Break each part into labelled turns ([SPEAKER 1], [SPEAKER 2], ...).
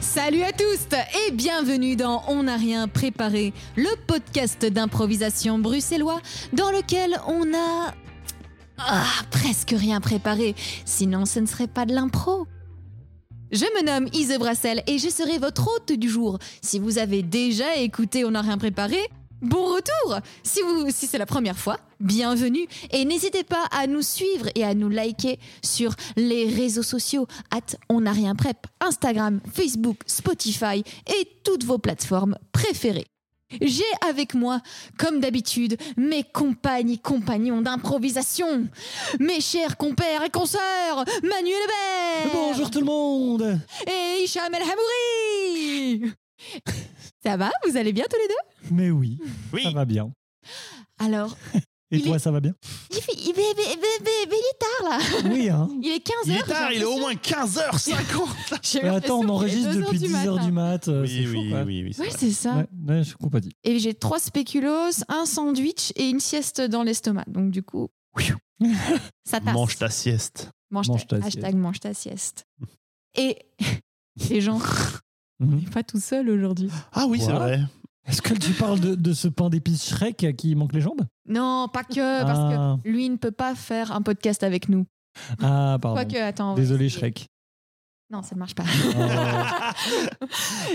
[SPEAKER 1] Salut à tous et bienvenue dans On n'a rien préparé, le podcast d'improvisation bruxellois dans lequel on a ah, presque rien préparé, sinon ce ne serait pas de l'impro. Je me nomme Ise Brassel et je serai votre hôte du jour. Si vous avez déjà écouté On n'a rien préparé, bon retour Si, vous- si c'est la première fois, bienvenue et n'hésitez pas à nous suivre et à nous liker sur les réseaux sociaux at On n'a rien prep, Instagram, Facebook, Spotify et toutes vos plateformes préférées. J'ai avec moi, comme d'habitude, mes compagnes et compagnons d'improvisation, mes chers compères et consoeurs, Manuel Hébert
[SPEAKER 2] Bonjour tout le monde
[SPEAKER 1] et Hicham El Hamouri. Ça va Vous allez bien tous les deux
[SPEAKER 2] Mais oui,
[SPEAKER 3] Oui.
[SPEAKER 2] ça va bien.
[SPEAKER 1] Alors,
[SPEAKER 2] Et
[SPEAKER 1] Il
[SPEAKER 2] toi,
[SPEAKER 1] est-
[SPEAKER 2] ça va bien
[SPEAKER 1] il, fait- il- mais- mais- mais- mais- mais il est tard là
[SPEAKER 2] Oui, hein
[SPEAKER 1] Il est 15h
[SPEAKER 3] Il est tard, il est au moins 15h50.
[SPEAKER 2] Euh, Attends, on enregistre depuis 10h du mat. euh, c'est chaud, quoi.
[SPEAKER 3] oui, oui.
[SPEAKER 1] Oui, c'est ça.
[SPEAKER 2] Ouais, ouais, je suis compatible.
[SPEAKER 1] Et j'ai trois spéculoos, un sandwich et une sieste dans l'estomac. Donc du coup, ça tasse.
[SPEAKER 3] Mange ta sieste.
[SPEAKER 1] Mange
[SPEAKER 2] Mange ta
[SPEAKER 1] hashtag
[SPEAKER 2] sieste.
[SPEAKER 1] mange ta sieste. Et les gens, on
[SPEAKER 2] Mhm.
[SPEAKER 1] n'est pas tout seul aujourd'hui.
[SPEAKER 3] Ah oui, c'est
[SPEAKER 2] Voilà.
[SPEAKER 3] vrai.
[SPEAKER 2] Est-ce que tu parles de, de ce pain d'épices Shrek à qui il manque les jambes
[SPEAKER 1] Non, pas que, Euh, parce
[SPEAKER 2] ah,
[SPEAKER 1] que lui ne peut pas faire un podcast avec nous.
[SPEAKER 2] ah, pardon.
[SPEAKER 1] Quoique, attends. on va
[SPEAKER 2] Désolé
[SPEAKER 1] essayer.
[SPEAKER 2] Shrek.
[SPEAKER 1] Non, ça ne marche pas.
[SPEAKER 2] Ah,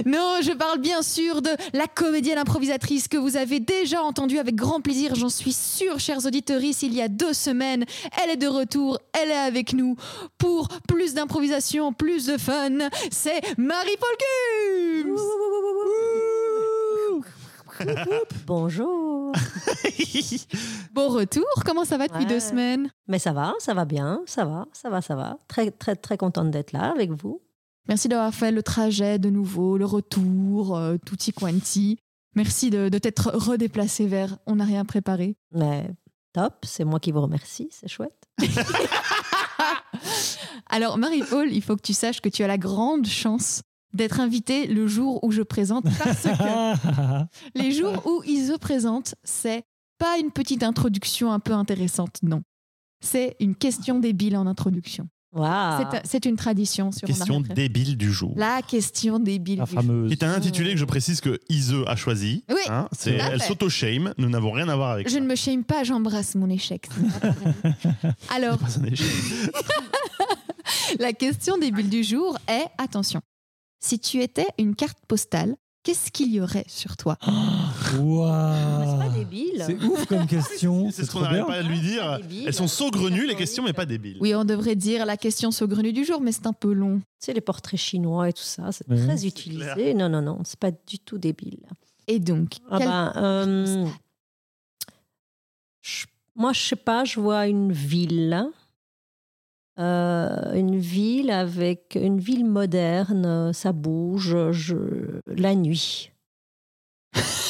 [SPEAKER 1] Non, je parle bien sûr de la comédienne improvisatrice que vous avez déjà entendue avec grand plaisir, j'en suis sûre, chers auditeurs, il y a deux semaines. Elle est de retour, elle est avec nous pour plus d'improvisation, plus de fun. C'est Marie-Paul Cums
[SPEAKER 4] Bonjour.
[SPEAKER 3] Euh,
[SPEAKER 1] Bon retour, comment ça va depuis
[SPEAKER 4] Ouais.
[SPEAKER 1] deux semaines
[SPEAKER 4] Mais ça va, ça va bien, ça va, ça va, ça va. Très, très, très contente d'être là avec vous.
[SPEAKER 1] Merci d'avoir fait le trajet de nouveau, le retour, euh, tutti quanti. Merci de, de t'être redéplacé vers On n'a rien préparé.
[SPEAKER 4] Mais top, c'est moi qui vous remercie, c'est chouette.
[SPEAKER 1] Alors, Marie-Paul, il faut que tu saches que tu as la grande chance d'être invitée le jour où je présente, parce que
[SPEAKER 2] ah, ah, ah.
[SPEAKER 1] les jours où Iso présente, c'est pas une petite introduction un peu intéressante, non. C'est une question débile en introduction.
[SPEAKER 4] Waouh.
[SPEAKER 1] C'est- euh, C'est une tradition sur
[SPEAKER 3] Question
[SPEAKER 1] On a rien fait.
[SPEAKER 3] débile du jour.
[SPEAKER 1] La question débile.
[SPEAKER 2] La
[SPEAKER 1] du jour.
[SPEAKER 2] fameuse.
[SPEAKER 3] Qui t'a intitulé que je précise que Ise a choisi.
[SPEAKER 1] Oui,
[SPEAKER 3] Hein, c'est-
[SPEAKER 1] tout à
[SPEAKER 3] elle
[SPEAKER 1] fait.
[SPEAKER 3] s'auto-shame. Nous n'avons rien à voir avec
[SPEAKER 1] Je
[SPEAKER 3] ça.
[SPEAKER 1] ne me shame pas, j'embrasse mon échec. Ça n'a pas vraiment. Alors,
[SPEAKER 3] Pas un échec.
[SPEAKER 1] La question des bulles du jour est, attention, si tu étais une carte postale, qu'est-ce qu'il y aurait sur toi
[SPEAKER 4] Mais c'est pas
[SPEAKER 2] Waouh
[SPEAKER 4] débile.
[SPEAKER 2] C'est ouf comme question.
[SPEAKER 3] Ah, C'est ce qu'on
[SPEAKER 2] trop
[SPEAKER 3] n'arrive
[SPEAKER 2] bien.
[SPEAKER 3] pas Ah. à lui dire. Elles sont saugrenues, les questions, mais pas débiles.
[SPEAKER 1] Ah, Oui, on devrait dire la question saugrenue du jour, mais c'est un peu long.
[SPEAKER 4] Tu sais, les portraits chinois et tout ça, c'est
[SPEAKER 2] Ouais.
[SPEAKER 4] très
[SPEAKER 3] C'est
[SPEAKER 4] utilisé. Non, non, non, c'est pas du tout débile.
[SPEAKER 1] Et donc,
[SPEAKER 4] Ah
[SPEAKER 1] quelle-
[SPEAKER 4] ben, euh, je- moi, je sais pas, je vois une ville. hein. Euh, une ville avec une ville moderne, euh, ça bouge je- la nuit.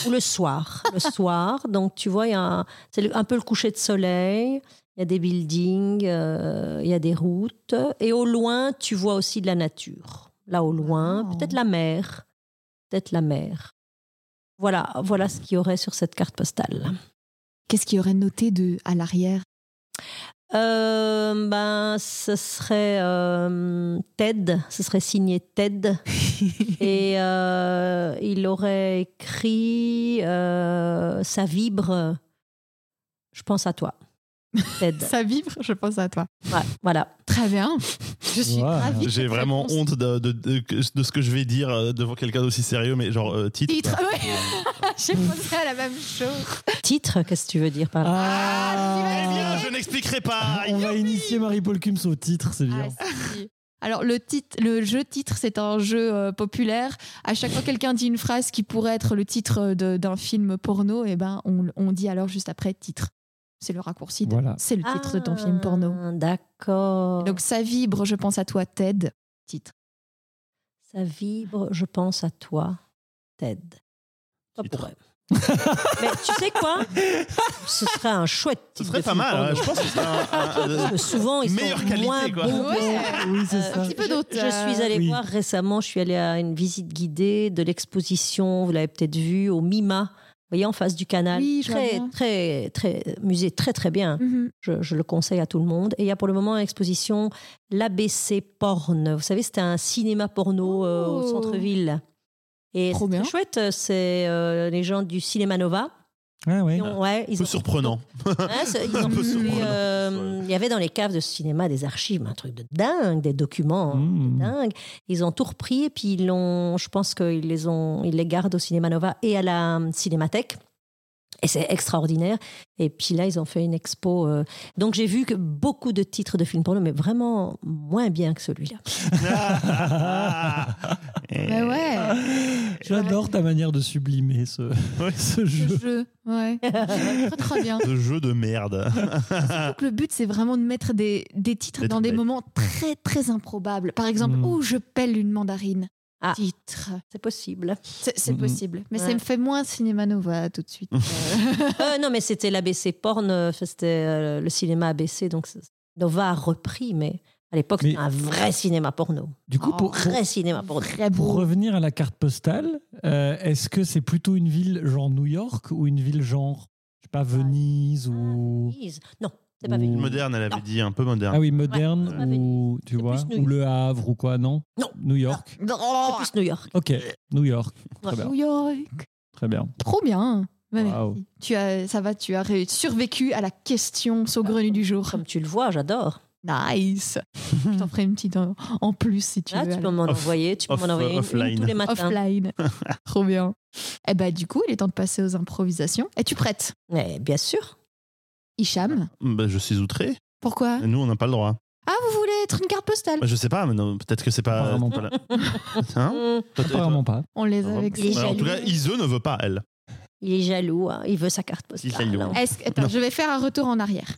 [SPEAKER 4] Ou le soir. Le soir, donc tu vois, il y a un- c'est le- un peu le coucher de soleil, il y a des buildings, euh, il y a des routes. Et au loin, tu vois aussi de la nature. Là, au loin,
[SPEAKER 1] Wow.
[SPEAKER 4] peut-être la mer. Peut-être la mer. Voilà, voilà ce qu'il y aurait sur cette carte postale.
[SPEAKER 1] qu'est-ce qu'il y aurait noté de à l'arrière
[SPEAKER 4] Euh, ben, ce serait euh, Ted, ce serait signé Ted. Et euh, il aurait écrit euh, Ça vibre, je pense à toi, Ted.
[SPEAKER 1] Ça vibre, je pense à toi.
[SPEAKER 4] Ouais, voilà.
[SPEAKER 1] Très bien. Je suis
[SPEAKER 2] Ouais.
[SPEAKER 1] ravie. de
[SPEAKER 3] J'ai
[SPEAKER 1] cette
[SPEAKER 3] vraiment
[SPEAKER 1] réponse.
[SPEAKER 3] honte de, de- de- de ce que je vais dire euh, devant quelqu'un d'aussi sérieux, mais genre euh, titre.
[SPEAKER 1] Titre,
[SPEAKER 3] quoi.
[SPEAKER 1] ouais. J'ai pensé à la même chose.
[SPEAKER 4] Titre, qu'est-ce que tu veux dire par là
[SPEAKER 1] Ah,
[SPEAKER 3] Eh
[SPEAKER 1] tu
[SPEAKER 3] bien, Eh je n'expliquerai pas.
[SPEAKER 2] Ah, On va initier Marie-Paul Cums au titre, c'est bien.
[SPEAKER 1] Ah, si. Alors le titre, le jeu titre, c'est un jeu euh, populaire. À chaque fois, quelqu'un dit une phrase qui pourrait être le titre euh, de- d'un film porno, et ben on, on dit alors juste après titre. C'est le raccourci. de-
[SPEAKER 2] Voilà.
[SPEAKER 1] C'est le titre de ton film porno.
[SPEAKER 4] Ah, D'accord.
[SPEAKER 1] Donc ça vibre, je pense à toi, Ted. Titre.
[SPEAKER 4] Ça vibre, je pense à toi, Ted. Pas
[SPEAKER 3] Titre.
[SPEAKER 4] pour elle. Mais tu sais quoi Ce serait un chouette
[SPEAKER 3] Ce
[SPEAKER 4] titre
[SPEAKER 3] serait
[SPEAKER 4] de
[SPEAKER 3] pas
[SPEAKER 4] film
[SPEAKER 3] mal.
[SPEAKER 4] porno.
[SPEAKER 3] hein. Je pense que c'est un- un- un-
[SPEAKER 4] Parce que souvent, ils
[SPEAKER 3] Meilleure
[SPEAKER 4] sont
[SPEAKER 3] qualité,
[SPEAKER 4] moins
[SPEAKER 3] quoi.
[SPEAKER 4] bons.
[SPEAKER 2] Oui, c'est
[SPEAKER 4] Euh,
[SPEAKER 2] ça.
[SPEAKER 1] Un petit peu
[SPEAKER 4] je-
[SPEAKER 1] d'auteur.
[SPEAKER 4] Je suis allée
[SPEAKER 2] Oui.
[SPEAKER 4] voir récemment, je suis allée à une visite guidée de l'exposition, vous l'avez peut-être vu, au MIMA, voyez, en face du canal.
[SPEAKER 1] Oui, je vois
[SPEAKER 4] très,
[SPEAKER 1] bien.
[SPEAKER 4] très, très, musée très, très bien.
[SPEAKER 1] Mhm.
[SPEAKER 4] Je, je le conseille à tout le monde. Et il y a pour le moment une exposition l'ABC Porn. Vous savez, c'était un cinéma porno euh,
[SPEAKER 1] Oh.
[SPEAKER 4] au centre-ville. Et
[SPEAKER 1] Trop
[SPEAKER 4] c'est très
[SPEAKER 1] bien.
[SPEAKER 4] chouette, c'est euh, les gens du Cinéma Nova.
[SPEAKER 2] Ah ouais.
[SPEAKER 4] Ils ont- ouais, ils
[SPEAKER 3] peu
[SPEAKER 4] ont-
[SPEAKER 3] surprenant.
[SPEAKER 4] Hein, c'est- ils ont
[SPEAKER 1] Un peu
[SPEAKER 4] trouvé,
[SPEAKER 3] surprenant,
[SPEAKER 4] euh,
[SPEAKER 3] ouais.
[SPEAKER 4] Il y avait dans les caves de ce cinéma des archives, un truc de dingue, des documents
[SPEAKER 2] Mmh.
[SPEAKER 4] de dingue. Ils ont tout repris et puis ils l'ont, je pense qu'ils les ont, ils les gardent au Cinéma Nova et à la euh, Cinémathèque. Et c'est extraordinaire. Et puis là, ils ont fait une expo. euh, Donc j'ai vu que beaucoup de titres de films porno, mais vraiment moins bien que celui-là.
[SPEAKER 1] Bah
[SPEAKER 2] ah.
[SPEAKER 1] ouais.
[SPEAKER 2] J'adore ta manière de sublimer ce,
[SPEAKER 3] Ouais,
[SPEAKER 2] ce
[SPEAKER 1] Le
[SPEAKER 2] jeu.
[SPEAKER 1] jeu, ouais. très très bien.
[SPEAKER 3] Ce jeu de merde.
[SPEAKER 1] Donc le but, c'est vraiment de mettre des, des titres
[SPEAKER 3] Des
[SPEAKER 1] dans des
[SPEAKER 3] trucs.
[SPEAKER 1] moments très très improbables. Par exemple,
[SPEAKER 2] Mm.
[SPEAKER 1] où je pèle une mandarine.
[SPEAKER 4] Ah.
[SPEAKER 1] Titre.
[SPEAKER 4] C'est possible.
[SPEAKER 1] C'est c'est
[SPEAKER 2] Mm, mm.
[SPEAKER 1] possible. Mais ça
[SPEAKER 4] Ouais.
[SPEAKER 1] me fait moins Cinéma Nova tout de suite.
[SPEAKER 4] Euh, non, mais c'était l'ABC Porn, euh, c'était euh, le cinéma ABC, donc c'est- Nova a repris, mais à l'époque,
[SPEAKER 2] Mais-
[SPEAKER 4] c'était un vrai cinéma porno.
[SPEAKER 2] Du coup,
[SPEAKER 1] Oh,
[SPEAKER 2] pour, pour-
[SPEAKER 4] Vrai cinéma porno.
[SPEAKER 1] Très
[SPEAKER 2] pour
[SPEAKER 1] beau.
[SPEAKER 2] revenir à la carte postale, euh, est-ce que c'est plutôt une ville genre New York ou une ville genre, je
[SPEAKER 4] Ah,
[SPEAKER 2] sais pas, Venise ou.
[SPEAKER 4] Venise. Non, c'est pas
[SPEAKER 2] Ou-
[SPEAKER 4] Venise.
[SPEAKER 3] Moderne, elle
[SPEAKER 4] Non.
[SPEAKER 3] avait dit, un peu moderne.
[SPEAKER 2] Ah oui,
[SPEAKER 4] c'est pas
[SPEAKER 2] moderne ou, tu
[SPEAKER 4] C'est
[SPEAKER 2] vois,
[SPEAKER 4] plus New
[SPEAKER 2] ou Le Havre ou quoi, non
[SPEAKER 4] Non.
[SPEAKER 2] New York.
[SPEAKER 4] C'est plus New York.
[SPEAKER 2] Ok, New York, très bien.
[SPEAKER 1] Oh, New York.
[SPEAKER 2] Très bien.
[SPEAKER 1] Trop bien. Bah, merci.
[SPEAKER 2] Waouh.
[SPEAKER 1] Tu as, ça va, tu as ré- survécu à la question saugrenue du jour.
[SPEAKER 4] Comme tu le vois, j'adore.
[SPEAKER 1] Nice. Je t'en ferai une petite en, en plus si tu
[SPEAKER 4] Là,
[SPEAKER 1] veux.
[SPEAKER 4] Ah, tu peux
[SPEAKER 1] alors.
[SPEAKER 4] m'en
[SPEAKER 3] Off-
[SPEAKER 4] envoyer, tu peux
[SPEAKER 3] off-
[SPEAKER 4] m'en envoyer une- une,
[SPEAKER 3] offline.
[SPEAKER 4] tous les matins.
[SPEAKER 1] Offline. Trop bien. Eh bah du coup, il est temps de passer aux improvisations. Es-tu prête,
[SPEAKER 4] Eh, bien sûr.
[SPEAKER 1] Hicham
[SPEAKER 3] Bah, je suis outré.
[SPEAKER 1] Pourquoi
[SPEAKER 3] Nous, on n'a pas le droit.
[SPEAKER 1] Ah, vous voulez être une carte postale
[SPEAKER 3] Bah, je sais pas, mais non, peut-être que c'est pas.
[SPEAKER 2] Apparemment
[SPEAKER 3] pas. Hein
[SPEAKER 4] Mmh.
[SPEAKER 3] Peut-être-
[SPEAKER 2] Apparemment pas.
[SPEAKER 1] On les a avec
[SPEAKER 4] Il est
[SPEAKER 3] Ouais, en
[SPEAKER 4] jaloux.
[SPEAKER 3] tout cas, Ise ne veut pas, elle.
[SPEAKER 4] Il est jaloux, hein. il veut sa carte
[SPEAKER 3] Il est
[SPEAKER 4] postale.
[SPEAKER 3] jaloux.
[SPEAKER 4] hein.
[SPEAKER 1] Est-ce- attends,
[SPEAKER 3] Non.
[SPEAKER 1] je vais faire un retour en arrière.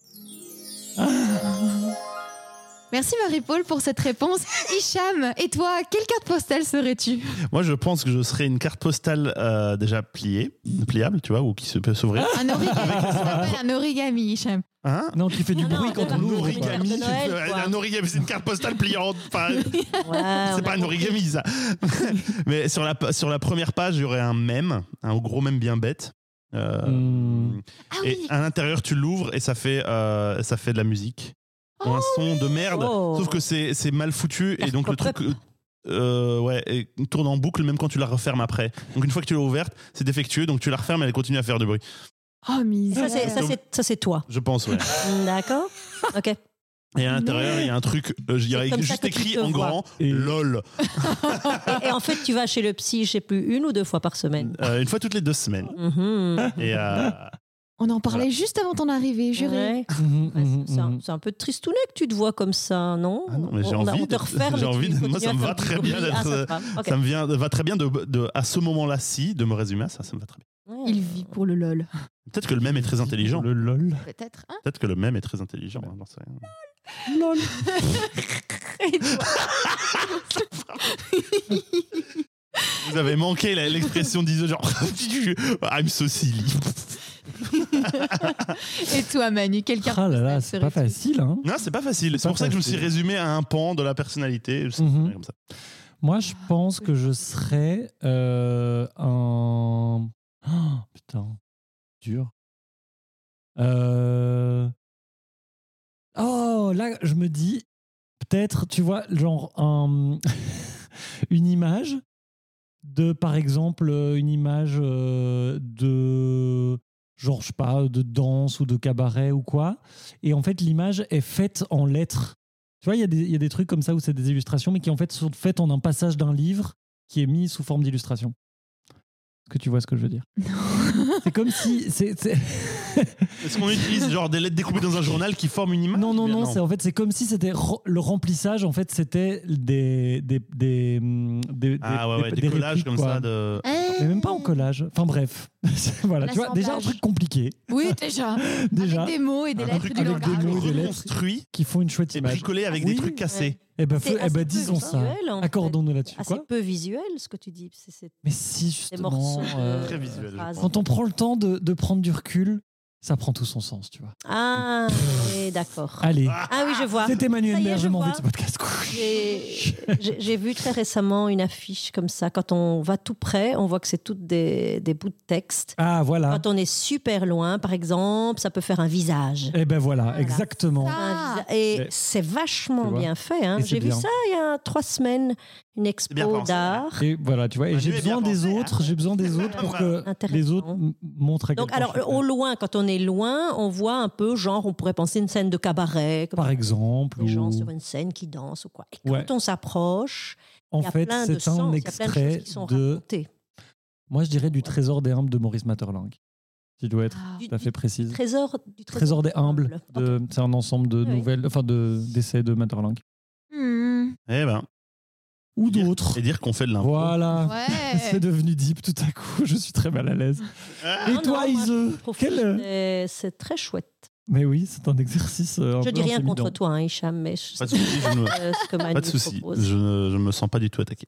[SPEAKER 1] Merci Marie-Paul pour cette réponse. Hicham, et toi, quelle carte postale serais-tu
[SPEAKER 3] Moi, je pense que je serais une carte postale euh, déjà pliée, pliable, tu vois, ou qui se peut s'ouvrir.
[SPEAKER 1] Un origami, ça s'appelle un origami, Hicham.
[SPEAKER 3] Hein
[SPEAKER 2] Non, qui fait du
[SPEAKER 4] Non,
[SPEAKER 2] bruit
[SPEAKER 4] non,
[SPEAKER 2] quand
[SPEAKER 4] non,
[SPEAKER 2] on
[SPEAKER 3] un
[SPEAKER 4] non,
[SPEAKER 2] l'ouvre. quoi.
[SPEAKER 3] origami,
[SPEAKER 4] Carte de Noël,
[SPEAKER 3] c'est-
[SPEAKER 4] quoi.
[SPEAKER 3] un origami, c'est une carte postale pliante. Enfin,
[SPEAKER 4] Ouais,
[SPEAKER 3] c'est
[SPEAKER 4] Ah, on
[SPEAKER 3] pas
[SPEAKER 4] a
[SPEAKER 3] un
[SPEAKER 4] compris.
[SPEAKER 3] origami, ça. Mais sur la, sur la première page, il y aurait un mème, un gros mème bien bête. Euh,
[SPEAKER 2] Hmm.
[SPEAKER 1] Ah
[SPEAKER 3] Et
[SPEAKER 1] oui,
[SPEAKER 3] à l'intérieur, tu l'ouvres et ça fait, euh, ça fait de la musique. Ou un son de merde.
[SPEAKER 4] Oh.
[SPEAKER 3] Sauf que c'est c'est mal foutu et
[SPEAKER 4] Carte
[SPEAKER 3] donc le truc.
[SPEAKER 4] pop-up.
[SPEAKER 3] euh, ouais, et tourne en boucle même quand tu la refermes après. Donc une fois que tu l'as ouverte, c'est défectueux, donc tu la refermes et elle continue à faire du bruit.
[SPEAKER 1] oh misère.
[SPEAKER 4] Ça, c'est- ça, c'est- ça, c'est toi.
[SPEAKER 3] Je pense, ouais.
[SPEAKER 4] D'accord Ok.
[SPEAKER 3] Et à l'intérieur, il y a un truc, euh, il y a
[SPEAKER 4] C'est comme ça
[SPEAKER 3] juste
[SPEAKER 4] que tu
[SPEAKER 3] écrit
[SPEAKER 4] te
[SPEAKER 3] en
[SPEAKER 4] vois.
[SPEAKER 3] grand,
[SPEAKER 2] Et-
[SPEAKER 3] lol.
[SPEAKER 4] Et, et en fait, tu vas chez le psy, je sais plus, une ou deux fois par semaine.
[SPEAKER 3] Euh, une fois toutes les deux semaines.
[SPEAKER 4] Mhm.
[SPEAKER 3] Et euh,
[SPEAKER 1] On en parlait juste avant ton arrivée, juré.
[SPEAKER 4] Ouais.
[SPEAKER 2] Mhm,
[SPEAKER 4] Ouais,
[SPEAKER 2] mhm,
[SPEAKER 4] c'est- c'est un-
[SPEAKER 2] mhm.
[SPEAKER 4] C'est un, peu tristounet que tu te vois comme ça, non
[SPEAKER 3] Ah non, mais j'ai
[SPEAKER 4] On a-
[SPEAKER 3] envie
[SPEAKER 4] on te
[SPEAKER 3] de-
[SPEAKER 4] referme
[SPEAKER 3] j'ai
[SPEAKER 4] et tu
[SPEAKER 3] envie de- moi,
[SPEAKER 4] continues
[SPEAKER 3] ça
[SPEAKER 4] à
[SPEAKER 3] me
[SPEAKER 4] faire
[SPEAKER 3] va
[SPEAKER 4] du
[SPEAKER 3] très
[SPEAKER 4] bruit.
[SPEAKER 3] bien
[SPEAKER 4] Ah,
[SPEAKER 3] d'être-
[SPEAKER 4] ça te va. Ok.
[SPEAKER 3] ça me vient, va très bien de, de- à ce moment-là, si, de me résumer à ça, ça me va très bien.
[SPEAKER 4] Ouais.
[SPEAKER 1] Il vit pour le lol.
[SPEAKER 3] Peut-être que le même est très intelligent.
[SPEAKER 2] Le lol.
[SPEAKER 1] Peut-être. hein
[SPEAKER 3] Peut-être que le même est très intelligent. hein, j'en sais rien.
[SPEAKER 1] Et toi
[SPEAKER 3] Bah, Vous avez manqué la- l'expression d'Ise, genre, I'm so silly.
[SPEAKER 1] Et toi, Manu, quelle carte
[SPEAKER 2] Ah là
[SPEAKER 1] postale
[SPEAKER 2] là, c'est pas
[SPEAKER 1] serais-tu
[SPEAKER 2] facile. Hein.
[SPEAKER 3] Non, c'est pas facile. C'est
[SPEAKER 2] pas
[SPEAKER 3] pour ça que je me suis
[SPEAKER 2] facile.
[SPEAKER 3] résumé à un pan de la personnalité. C'est
[SPEAKER 2] Mhm.
[SPEAKER 3] comme ça.
[SPEAKER 2] Moi, je pense que je serais euh, un. Ah, putain, dur. Euh, Oh, là, je me dis, peut-être, tu vois, genre un... une image de, par exemple, euh, une image euh, de, genre, je sais pas, de danse ou de cabaret ou quoi. Et en fait, l'image est faite en lettres. Tu vois, il y, a des- il y a des trucs comme ça où c'est des illustrations, mais qui en fait sont faites en un passage d'un livre qui est mis sous forme d'illustration. Est-ce que tu vois ce que je veux dire C'est comme si. c'est- c'est-
[SPEAKER 3] Est-ce qu'on utilise genre des lettres découpées dans un journal qui forment une image
[SPEAKER 2] Non, non,
[SPEAKER 3] Bien,
[SPEAKER 2] non, c'est en fait, c'est comme si c'était re- le remplissage, en fait, c'était des. des, des, hum, des-
[SPEAKER 3] Ah ouais, ouais, des, collages
[SPEAKER 2] répliques,
[SPEAKER 3] comme
[SPEAKER 2] quoi.
[SPEAKER 3] ça. De...
[SPEAKER 2] Mais
[SPEAKER 1] Euh,
[SPEAKER 2] même pas en collage. Enfin bref. voilà, tu vois, déjà un
[SPEAKER 1] L'assemblage.
[SPEAKER 2] truc compliqué,
[SPEAKER 1] Oui, déjà.
[SPEAKER 2] déjà,
[SPEAKER 1] Avec des mots et des
[SPEAKER 3] un
[SPEAKER 1] lettres
[SPEAKER 3] truc
[SPEAKER 1] du
[SPEAKER 3] avec des
[SPEAKER 1] langage.
[SPEAKER 2] mots et des lettres.
[SPEAKER 3] reconstruits
[SPEAKER 2] qui font une chouette
[SPEAKER 3] et
[SPEAKER 2] image.
[SPEAKER 3] bricolés avec
[SPEAKER 2] Ah Oui.
[SPEAKER 3] des trucs cassés.
[SPEAKER 2] Eh ben,
[SPEAKER 4] C'est
[SPEAKER 2] feu- eh
[SPEAKER 4] assez
[SPEAKER 2] ben,
[SPEAKER 4] peu
[SPEAKER 2] disons ça.
[SPEAKER 4] visuel, en fait.
[SPEAKER 2] Accordons-nous là-dessus.
[SPEAKER 4] Assez
[SPEAKER 2] Quoi
[SPEAKER 4] peu visuel ce que tu dis. C'est c'est
[SPEAKER 2] Mais si,
[SPEAKER 4] des
[SPEAKER 2] justement.
[SPEAKER 4] morceaux.
[SPEAKER 2] euh,
[SPEAKER 4] de
[SPEAKER 3] Très visuel, je
[SPEAKER 4] phrases.
[SPEAKER 2] Quand on prend le temps de, de prendre du recul, ça prend tout son sens, tu vois.
[SPEAKER 4] Ah, oui, est d'accord.
[SPEAKER 2] Allez,
[SPEAKER 4] Ah oui, je vois.
[SPEAKER 2] c'était Manu
[SPEAKER 4] Ça y est,
[SPEAKER 2] Hender,
[SPEAKER 4] je
[SPEAKER 2] je m'en vais
[SPEAKER 4] vois.
[SPEAKER 2] de ce podcast.
[SPEAKER 4] J'ai j'ai- j'ai vu très récemment une affiche comme ça. Quand on va tout près, on voit que c'est toutes des, des bouts de texte.
[SPEAKER 2] Ah, voilà.
[SPEAKER 4] Quand on est super loin, par exemple, ça peut faire un visage.
[SPEAKER 2] Eh ben voilà,
[SPEAKER 1] Voilà.
[SPEAKER 2] exactement.
[SPEAKER 1] Ça,
[SPEAKER 4] Un
[SPEAKER 1] Ah.
[SPEAKER 4] visa- et
[SPEAKER 2] Mais-
[SPEAKER 4] c'est
[SPEAKER 2] Tu
[SPEAKER 4] vachement
[SPEAKER 2] vois.
[SPEAKER 4] bien fait. hein.
[SPEAKER 2] Et c'est
[SPEAKER 4] J'ai vu
[SPEAKER 2] bien.
[SPEAKER 4] ça il y a trois semaines, une
[SPEAKER 3] bien
[SPEAKER 4] expo
[SPEAKER 3] pensé,
[SPEAKER 4] d'art.
[SPEAKER 2] Et voilà, tu vois, et
[SPEAKER 3] Manu
[SPEAKER 2] j'ai
[SPEAKER 3] est bien
[SPEAKER 2] besoin des
[SPEAKER 3] pensé, hein.
[SPEAKER 2] autres, j'ai besoin des autres pour que
[SPEAKER 4] Intéressant.
[SPEAKER 2] les autres m- montrent à quel
[SPEAKER 4] Donc,
[SPEAKER 2] point
[SPEAKER 4] alors,
[SPEAKER 2] je suis
[SPEAKER 4] au loin, quand on est loin, on voit un peu, genre, on pourrait penser une scène de cabaret,
[SPEAKER 2] prêt.
[SPEAKER 4] comme
[SPEAKER 2] par exemple,
[SPEAKER 4] des gens
[SPEAKER 2] ou-
[SPEAKER 4] sur une scène qui dansent ou quoi. Et
[SPEAKER 2] Ouais.
[SPEAKER 4] quand on s'approche,
[SPEAKER 2] en
[SPEAKER 4] il y a
[SPEAKER 2] fait,
[SPEAKER 4] plein de
[SPEAKER 2] c'est un
[SPEAKER 4] sens, il y a plein de choses
[SPEAKER 2] extrait
[SPEAKER 4] qui sont
[SPEAKER 2] de,
[SPEAKER 4] racontées.
[SPEAKER 2] moi je dirais du Trésor des humbles de Maurice Maeterlinck. Si je dois être
[SPEAKER 1] Ah.
[SPEAKER 4] Du-
[SPEAKER 2] tout à fait précise.
[SPEAKER 4] Trésor du
[SPEAKER 2] Trésor des humbles,
[SPEAKER 4] Ok.
[SPEAKER 2] de- c'est un ensemble de
[SPEAKER 4] Oui.
[SPEAKER 2] nouvelles, enfin de d'essais de Maeterlinck
[SPEAKER 1] Hmm.
[SPEAKER 3] Eh ben,
[SPEAKER 2] ou
[SPEAKER 3] Et dire-
[SPEAKER 2] d'autres.
[SPEAKER 3] et dire qu'on fait de l'impro.
[SPEAKER 2] Voilà. Ah. C'est
[SPEAKER 1] Ouais.
[SPEAKER 2] devenu deep tout à coup, je suis très mal à l'aise.
[SPEAKER 4] Non,
[SPEAKER 2] Et
[SPEAKER 4] non,
[SPEAKER 2] toi,
[SPEAKER 1] Oh
[SPEAKER 4] moi,
[SPEAKER 2] Ise
[SPEAKER 4] je trouve que
[SPEAKER 2] quel... euh,
[SPEAKER 4] c'est- euh, C'est très chouette.
[SPEAKER 2] Mais oui, c'est un exercice. euh, Un
[SPEAKER 4] Je
[SPEAKER 2] peu
[SPEAKER 4] dis rien
[SPEAKER 2] intimidant.
[SPEAKER 4] contre toi, hein, Hicham, mais je
[SPEAKER 3] Pas de soucis, je, me-
[SPEAKER 4] euh, ce que Manu
[SPEAKER 3] pas de soucis.
[SPEAKER 4] propose.
[SPEAKER 3] je ne je me sens pas du tout attaqué.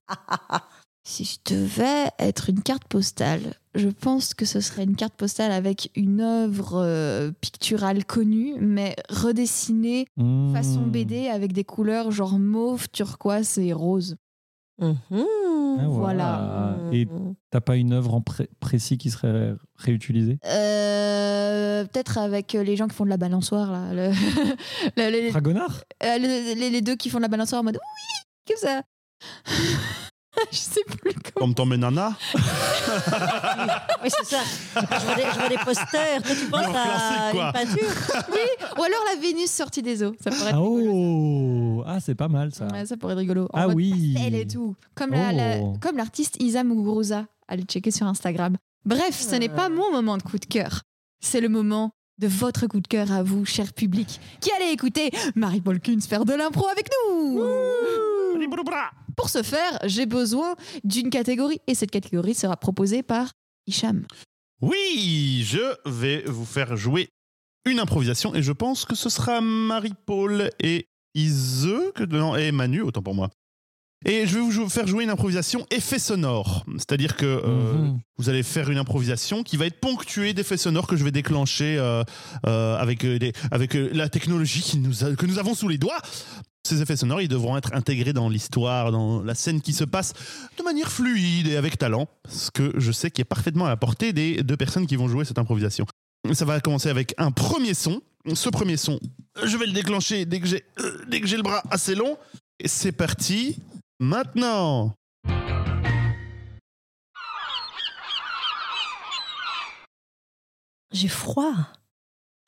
[SPEAKER 1] Si je devais être une carte postale, je pense que ce serait une carte postale avec une œuvre euh, picturale connue, mais redessinée
[SPEAKER 2] Mmh.
[SPEAKER 1] façon BD avec des couleurs genre mauve, turquoise et rose.
[SPEAKER 2] Ah,
[SPEAKER 4] Mhm.
[SPEAKER 1] voilà.
[SPEAKER 2] Et t'as pas une œuvre en pré- précis qui serait réutilisée
[SPEAKER 1] Euh, Peut-être avec euh, les gens qui font de la balançoire, là. le- le- le- le-
[SPEAKER 2] Fragonard
[SPEAKER 1] euh, le- les, les deux qui font de la balançoire en mode oui, comme ça. je sais plus comment.
[SPEAKER 3] Comme t'emmènes Nana,
[SPEAKER 4] Oui, c'est ça. Je vois des, je vois des posters. Toi, tu penses
[SPEAKER 3] en
[SPEAKER 4] à
[SPEAKER 3] classique, quoi.
[SPEAKER 4] une peinture
[SPEAKER 1] Ou alors la Vénus sortie des eaux. Ça pourrait être
[SPEAKER 2] Ah
[SPEAKER 1] rigolo.
[SPEAKER 2] oh Ah, c'est pas mal ça.
[SPEAKER 1] Ouais, ça pourrait être rigolo. En
[SPEAKER 2] Ah
[SPEAKER 1] mode
[SPEAKER 2] oui.
[SPEAKER 1] pastel et tout. Comme la-
[SPEAKER 2] Oh.
[SPEAKER 1] la- comme l'artiste Isa Muguruza. Allez checker sur Instagram. Bref, ce n'est pas mon moment de coup de cœur. C'est le moment de votre coup de cœur à vous, cher public, qui allez écouter Marie Paul Kunz faire de l'impro avec nous. Pour ce faire, j'ai besoin d'une catégorie et cette catégorie sera proposée par Hicham.
[SPEAKER 3] Oui, je vais vous faire jouer une improvisation et je pense que ce sera Marie-Paul et Ise, que, non, et Manu, autant pour moi. Et je vais vous jou- faire jouer une improvisation effet sonore. C'est-à-dire que euh,
[SPEAKER 2] Mhm.
[SPEAKER 3] vous allez faire une improvisation qui va être ponctuée d'effets sonores que je vais déclencher euh, euh, avec, euh, les- avec euh, la technologie qui nous a- que nous avons sous les doigts. Ces effets sonores, ils devront être intégrés dans l'histoire, dans la scène qui se passe de manière fluide et avec talent, ce que je sais qui est parfaitement à la portée des deux personnes qui vont jouer cette improvisation. Ça va commencer avec un premier son. Ce premier son, je vais le déclencher dès que j'ai euh, dès que j'ai le bras assez long. Et c'est parti. Maintenant.
[SPEAKER 4] J'ai froid.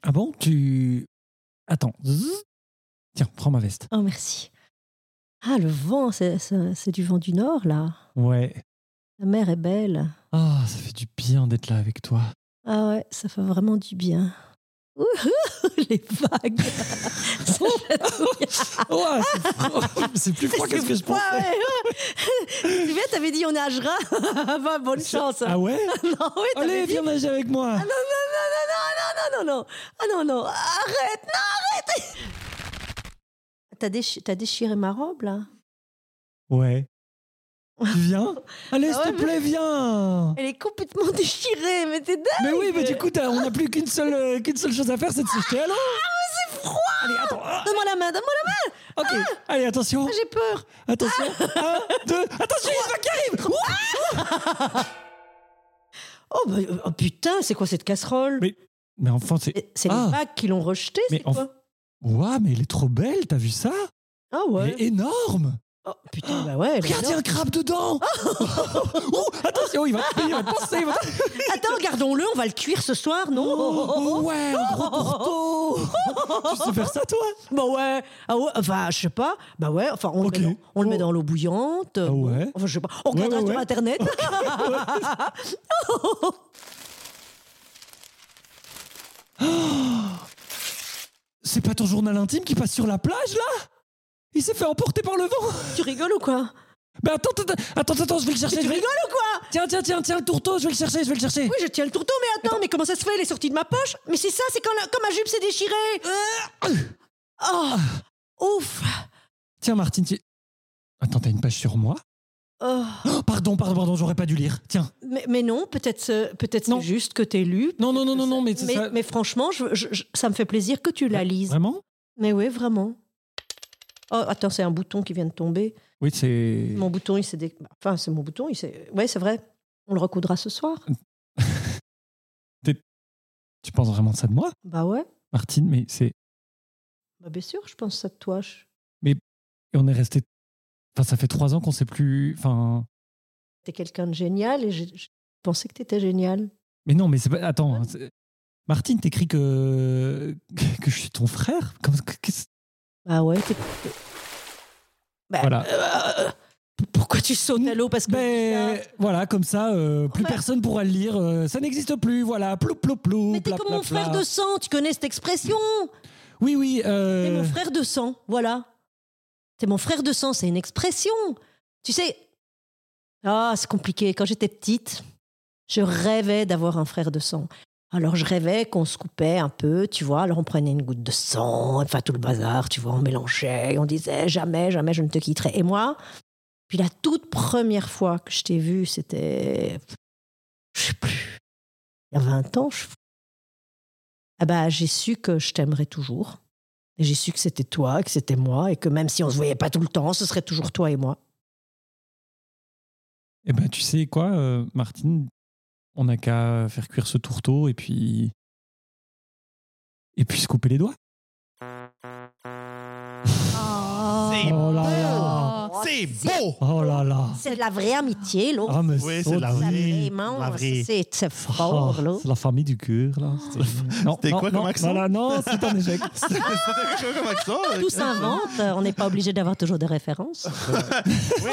[SPEAKER 2] Ah bon Tu. Attends. Zzz. Tiens, prends ma veste.
[SPEAKER 4] Oh, merci. Ah, le vent, c'est- c'est c'est du vent du nord, là.
[SPEAKER 2] Ouais.
[SPEAKER 4] La mer est belle.
[SPEAKER 2] Ah, ça fait du bien d'être là avec toi.
[SPEAKER 4] Ah ouais, ça fait vraiment du bien. Ouhou, les vagues. Ça fait trop bien. Ah
[SPEAKER 2] Ouais, Oh, c'est froid. c'est plus froid que ce que je
[SPEAKER 4] Ouais,
[SPEAKER 2] pensais.
[SPEAKER 4] ouais, ouais. Tu vois, t'avais dit on nagera. Bah, bonne chance. hein.
[SPEAKER 2] Ah ouais
[SPEAKER 4] Non, oui, t'avais
[SPEAKER 2] Allez,
[SPEAKER 4] dit-
[SPEAKER 2] viens nager avec moi.
[SPEAKER 4] Ah non, non, non, non, non, non, non, non. Ah non, non, arrête, non, arrête. T'as déchi- t'as déchiré ma robe, là
[SPEAKER 2] Ouais. Tu viens Allez,
[SPEAKER 4] Ah
[SPEAKER 2] s'il
[SPEAKER 4] ouais,
[SPEAKER 2] te plaît, viens.
[SPEAKER 4] Elle est complètement déchirée, mais t'es dingue.
[SPEAKER 2] Mais Ah oui, mais du coup, t'as- on n'a plus qu'une seule, euh, qu'une seule chose à faire, c'est de se jeter à l'eau.
[SPEAKER 4] C'est froid.
[SPEAKER 2] Allez, attends. Ah,
[SPEAKER 4] Donne-moi la main, donne-moi
[SPEAKER 2] ok. Allez, attention.
[SPEAKER 4] la main, j'ai peur.
[SPEAKER 2] Attention. Un, deux. Attention, il y a Eva qui arrive. Ouh.
[SPEAKER 4] Oh, bah, euh, oh, putain, c'est quoi cette casserole
[SPEAKER 2] Mais- Mais enfin, c'est.
[SPEAKER 4] Et C'est
[SPEAKER 2] Ah.
[SPEAKER 4] les vagues qui l'ont rejetée,
[SPEAKER 2] Mais
[SPEAKER 4] c'est
[SPEAKER 2] en-
[SPEAKER 4] quoi
[SPEAKER 2] Ouah, mais elle est trop belle, t'as vu ça
[SPEAKER 4] Ah
[SPEAKER 2] Elle
[SPEAKER 4] ouais.
[SPEAKER 2] est énorme.
[SPEAKER 4] Oh, putain, bah ouais. mais
[SPEAKER 2] Regarde, il y a
[SPEAKER 4] non.
[SPEAKER 2] un crabe dedans. Ouh, attention, il va, il va penser, il va
[SPEAKER 4] Attends, regardons-le, on va le cuire ce soir, non Oh, oh, oh, oh.
[SPEAKER 2] ouais, un gros pourtour. tu sais faire ça, toi
[SPEAKER 4] Bah ouais. Ah ouais, enfin, je sais pas. Bah ouais, enfin, on,
[SPEAKER 2] Ok.
[SPEAKER 4] le, met dans, on le met
[SPEAKER 2] Oh.
[SPEAKER 4] dans l'eau bouillante.
[SPEAKER 2] Ah ouais.
[SPEAKER 4] Enfin, je sais pas. On
[SPEAKER 2] Ouais,
[SPEAKER 4] regardera
[SPEAKER 2] ouais,
[SPEAKER 4] sur
[SPEAKER 2] ouais.
[SPEAKER 4] Internet.
[SPEAKER 2] C'est pas ton journal intime qui passe sur la plage, là Il s'est fait emporter par le vent.
[SPEAKER 4] tu rigoles ou quoi
[SPEAKER 2] Mais attends, attends, attends, attends, je vais le chercher.
[SPEAKER 4] Tu
[SPEAKER 2] je vais-
[SPEAKER 4] rigoles ou quoi
[SPEAKER 2] Tiens, tiens, tiens, tiens, le tourteau, je vais le chercher, je vais le chercher.
[SPEAKER 4] Oui, je tiens le tourteau, mais attends, mais comment ça se fait Il est sorti de ma poche Mais c'est ça, c'est quand, la- quand ma jupe s'est déchirée Oh Ouf
[SPEAKER 2] Euh. Tiens, Martine, tu... Attends, t'as une page sur moi
[SPEAKER 4] Oh,
[SPEAKER 2] Oh, pardon, pardon, pardon, j'aurais pas dû lire. Tiens.
[SPEAKER 4] mais, mais non, peut-être c'est- peut-être c'est
[SPEAKER 2] Non.
[SPEAKER 4] juste que t'es lu.
[SPEAKER 2] Non, non, non, non, non, mais c'est
[SPEAKER 4] Mais,
[SPEAKER 2] ça.
[SPEAKER 4] mais franchement, je- je- je- ça me fait plaisir que tu la lises.
[SPEAKER 2] Vraiment
[SPEAKER 4] Mais oui, vraiment. Oh, attends, c'est un bouton qui vient de tomber.
[SPEAKER 2] Oui, c'est.
[SPEAKER 4] Mon bouton, il s'est. dé- Enfin, c'est mon bouton, il s'est. Ouais, c'est vrai. On le recoudra ce soir.
[SPEAKER 2] Tu penses vraiment ça de moi,
[SPEAKER 4] Bah ouais.
[SPEAKER 2] Martine Mais c'est.
[SPEAKER 4] Bah bien sûr, je pense ça de toi. Je-
[SPEAKER 2] Et on est resté. Enfin, ça fait trois ans qu'on s'est plus. Enfin.
[SPEAKER 4] T'es quelqu'un de génial et j'ai j'ai pensé que t'étais génial.
[SPEAKER 2] Mais non, mais c'est pas. Attends. hein, c'est- Martine, t'écris que. que je suis ton frère Comme... qu'est-ce-
[SPEAKER 4] Bah ouais. t'es- Bah,
[SPEAKER 2] Voilà.
[SPEAKER 4] euh, pourquoi tu sautes à l'eau Parce que.
[SPEAKER 2] Ben voilà, comme ça, euh, plus
[SPEAKER 4] Ouais.
[SPEAKER 2] personne pourra le lire. euh, ça n'existe plus, voilà. Plou, plou, plou.
[SPEAKER 4] Mais t'es
[SPEAKER 2] pla,
[SPEAKER 4] comme
[SPEAKER 2] pla,
[SPEAKER 4] mon frère
[SPEAKER 2] pla.
[SPEAKER 4] de sang, tu connais cette expression
[SPEAKER 2] Oui, oui.
[SPEAKER 4] T'es
[SPEAKER 2] euh,
[SPEAKER 4] mon frère de sang, voilà. T'es mon frère de sang, c'est une expression. Tu sais, ah, c'est compliqué. Quand j'étais petite, je rêvais d'avoir un frère de sang. Alors je rêvais qu'on se coupait un peu, tu vois. Alors on prenait une goutte de sang, enfin tout le bazar, tu vois, on mélangeait, on disait jamais, jamais je ne te quitterai. Et moi, puis la toute première fois que je t'ai vue, c'était, je sais plus, il y a 20 ans, je... ah bah j'ai su que je t'aimerais toujours. Et j'ai su que c'était toi, que c'était moi, et que même si on se voyait pas tout le temps, ce serait toujours toi et moi.
[SPEAKER 2] Eh ben, tu sais quoi, euh, Martine, on n'a qu'à faire cuire ce tourteau et puis et puis se couper les doigts.
[SPEAKER 3] C'est
[SPEAKER 2] Oh là là.
[SPEAKER 1] Oh.
[SPEAKER 3] C'est beau
[SPEAKER 2] Oh là là.
[SPEAKER 4] C'est de la vraie amitié, l'autre.
[SPEAKER 2] Ah mais
[SPEAKER 3] Oui, c'est de la
[SPEAKER 2] ça
[SPEAKER 4] Ça,
[SPEAKER 3] vraie.
[SPEAKER 2] dit.
[SPEAKER 4] vraiment,
[SPEAKER 3] la vraie.
[SPEAKER 4] c'est c'est
[SPEAKER 2] Oh,
[SPEAKER 4] fort, l'autre.
[SPEAKER 2] c'est la famille du cœur là. C'est- Non,
[SPEAKER 3] C'était
[SPEAKER 2] non,
[SPEAKER 3] quoi comme
[SPEAKER 2] non,
[SPEAKER 3] accent
[SPEAKER 2] voilà, non, c'est un échec.
[SPEAKER 3] C'était quelque chose comme accent
[SPEAKER 4] Tout s'invente, on n'est pas obligé d'avoir toujours des références.
[SPEAKER 3] Oui.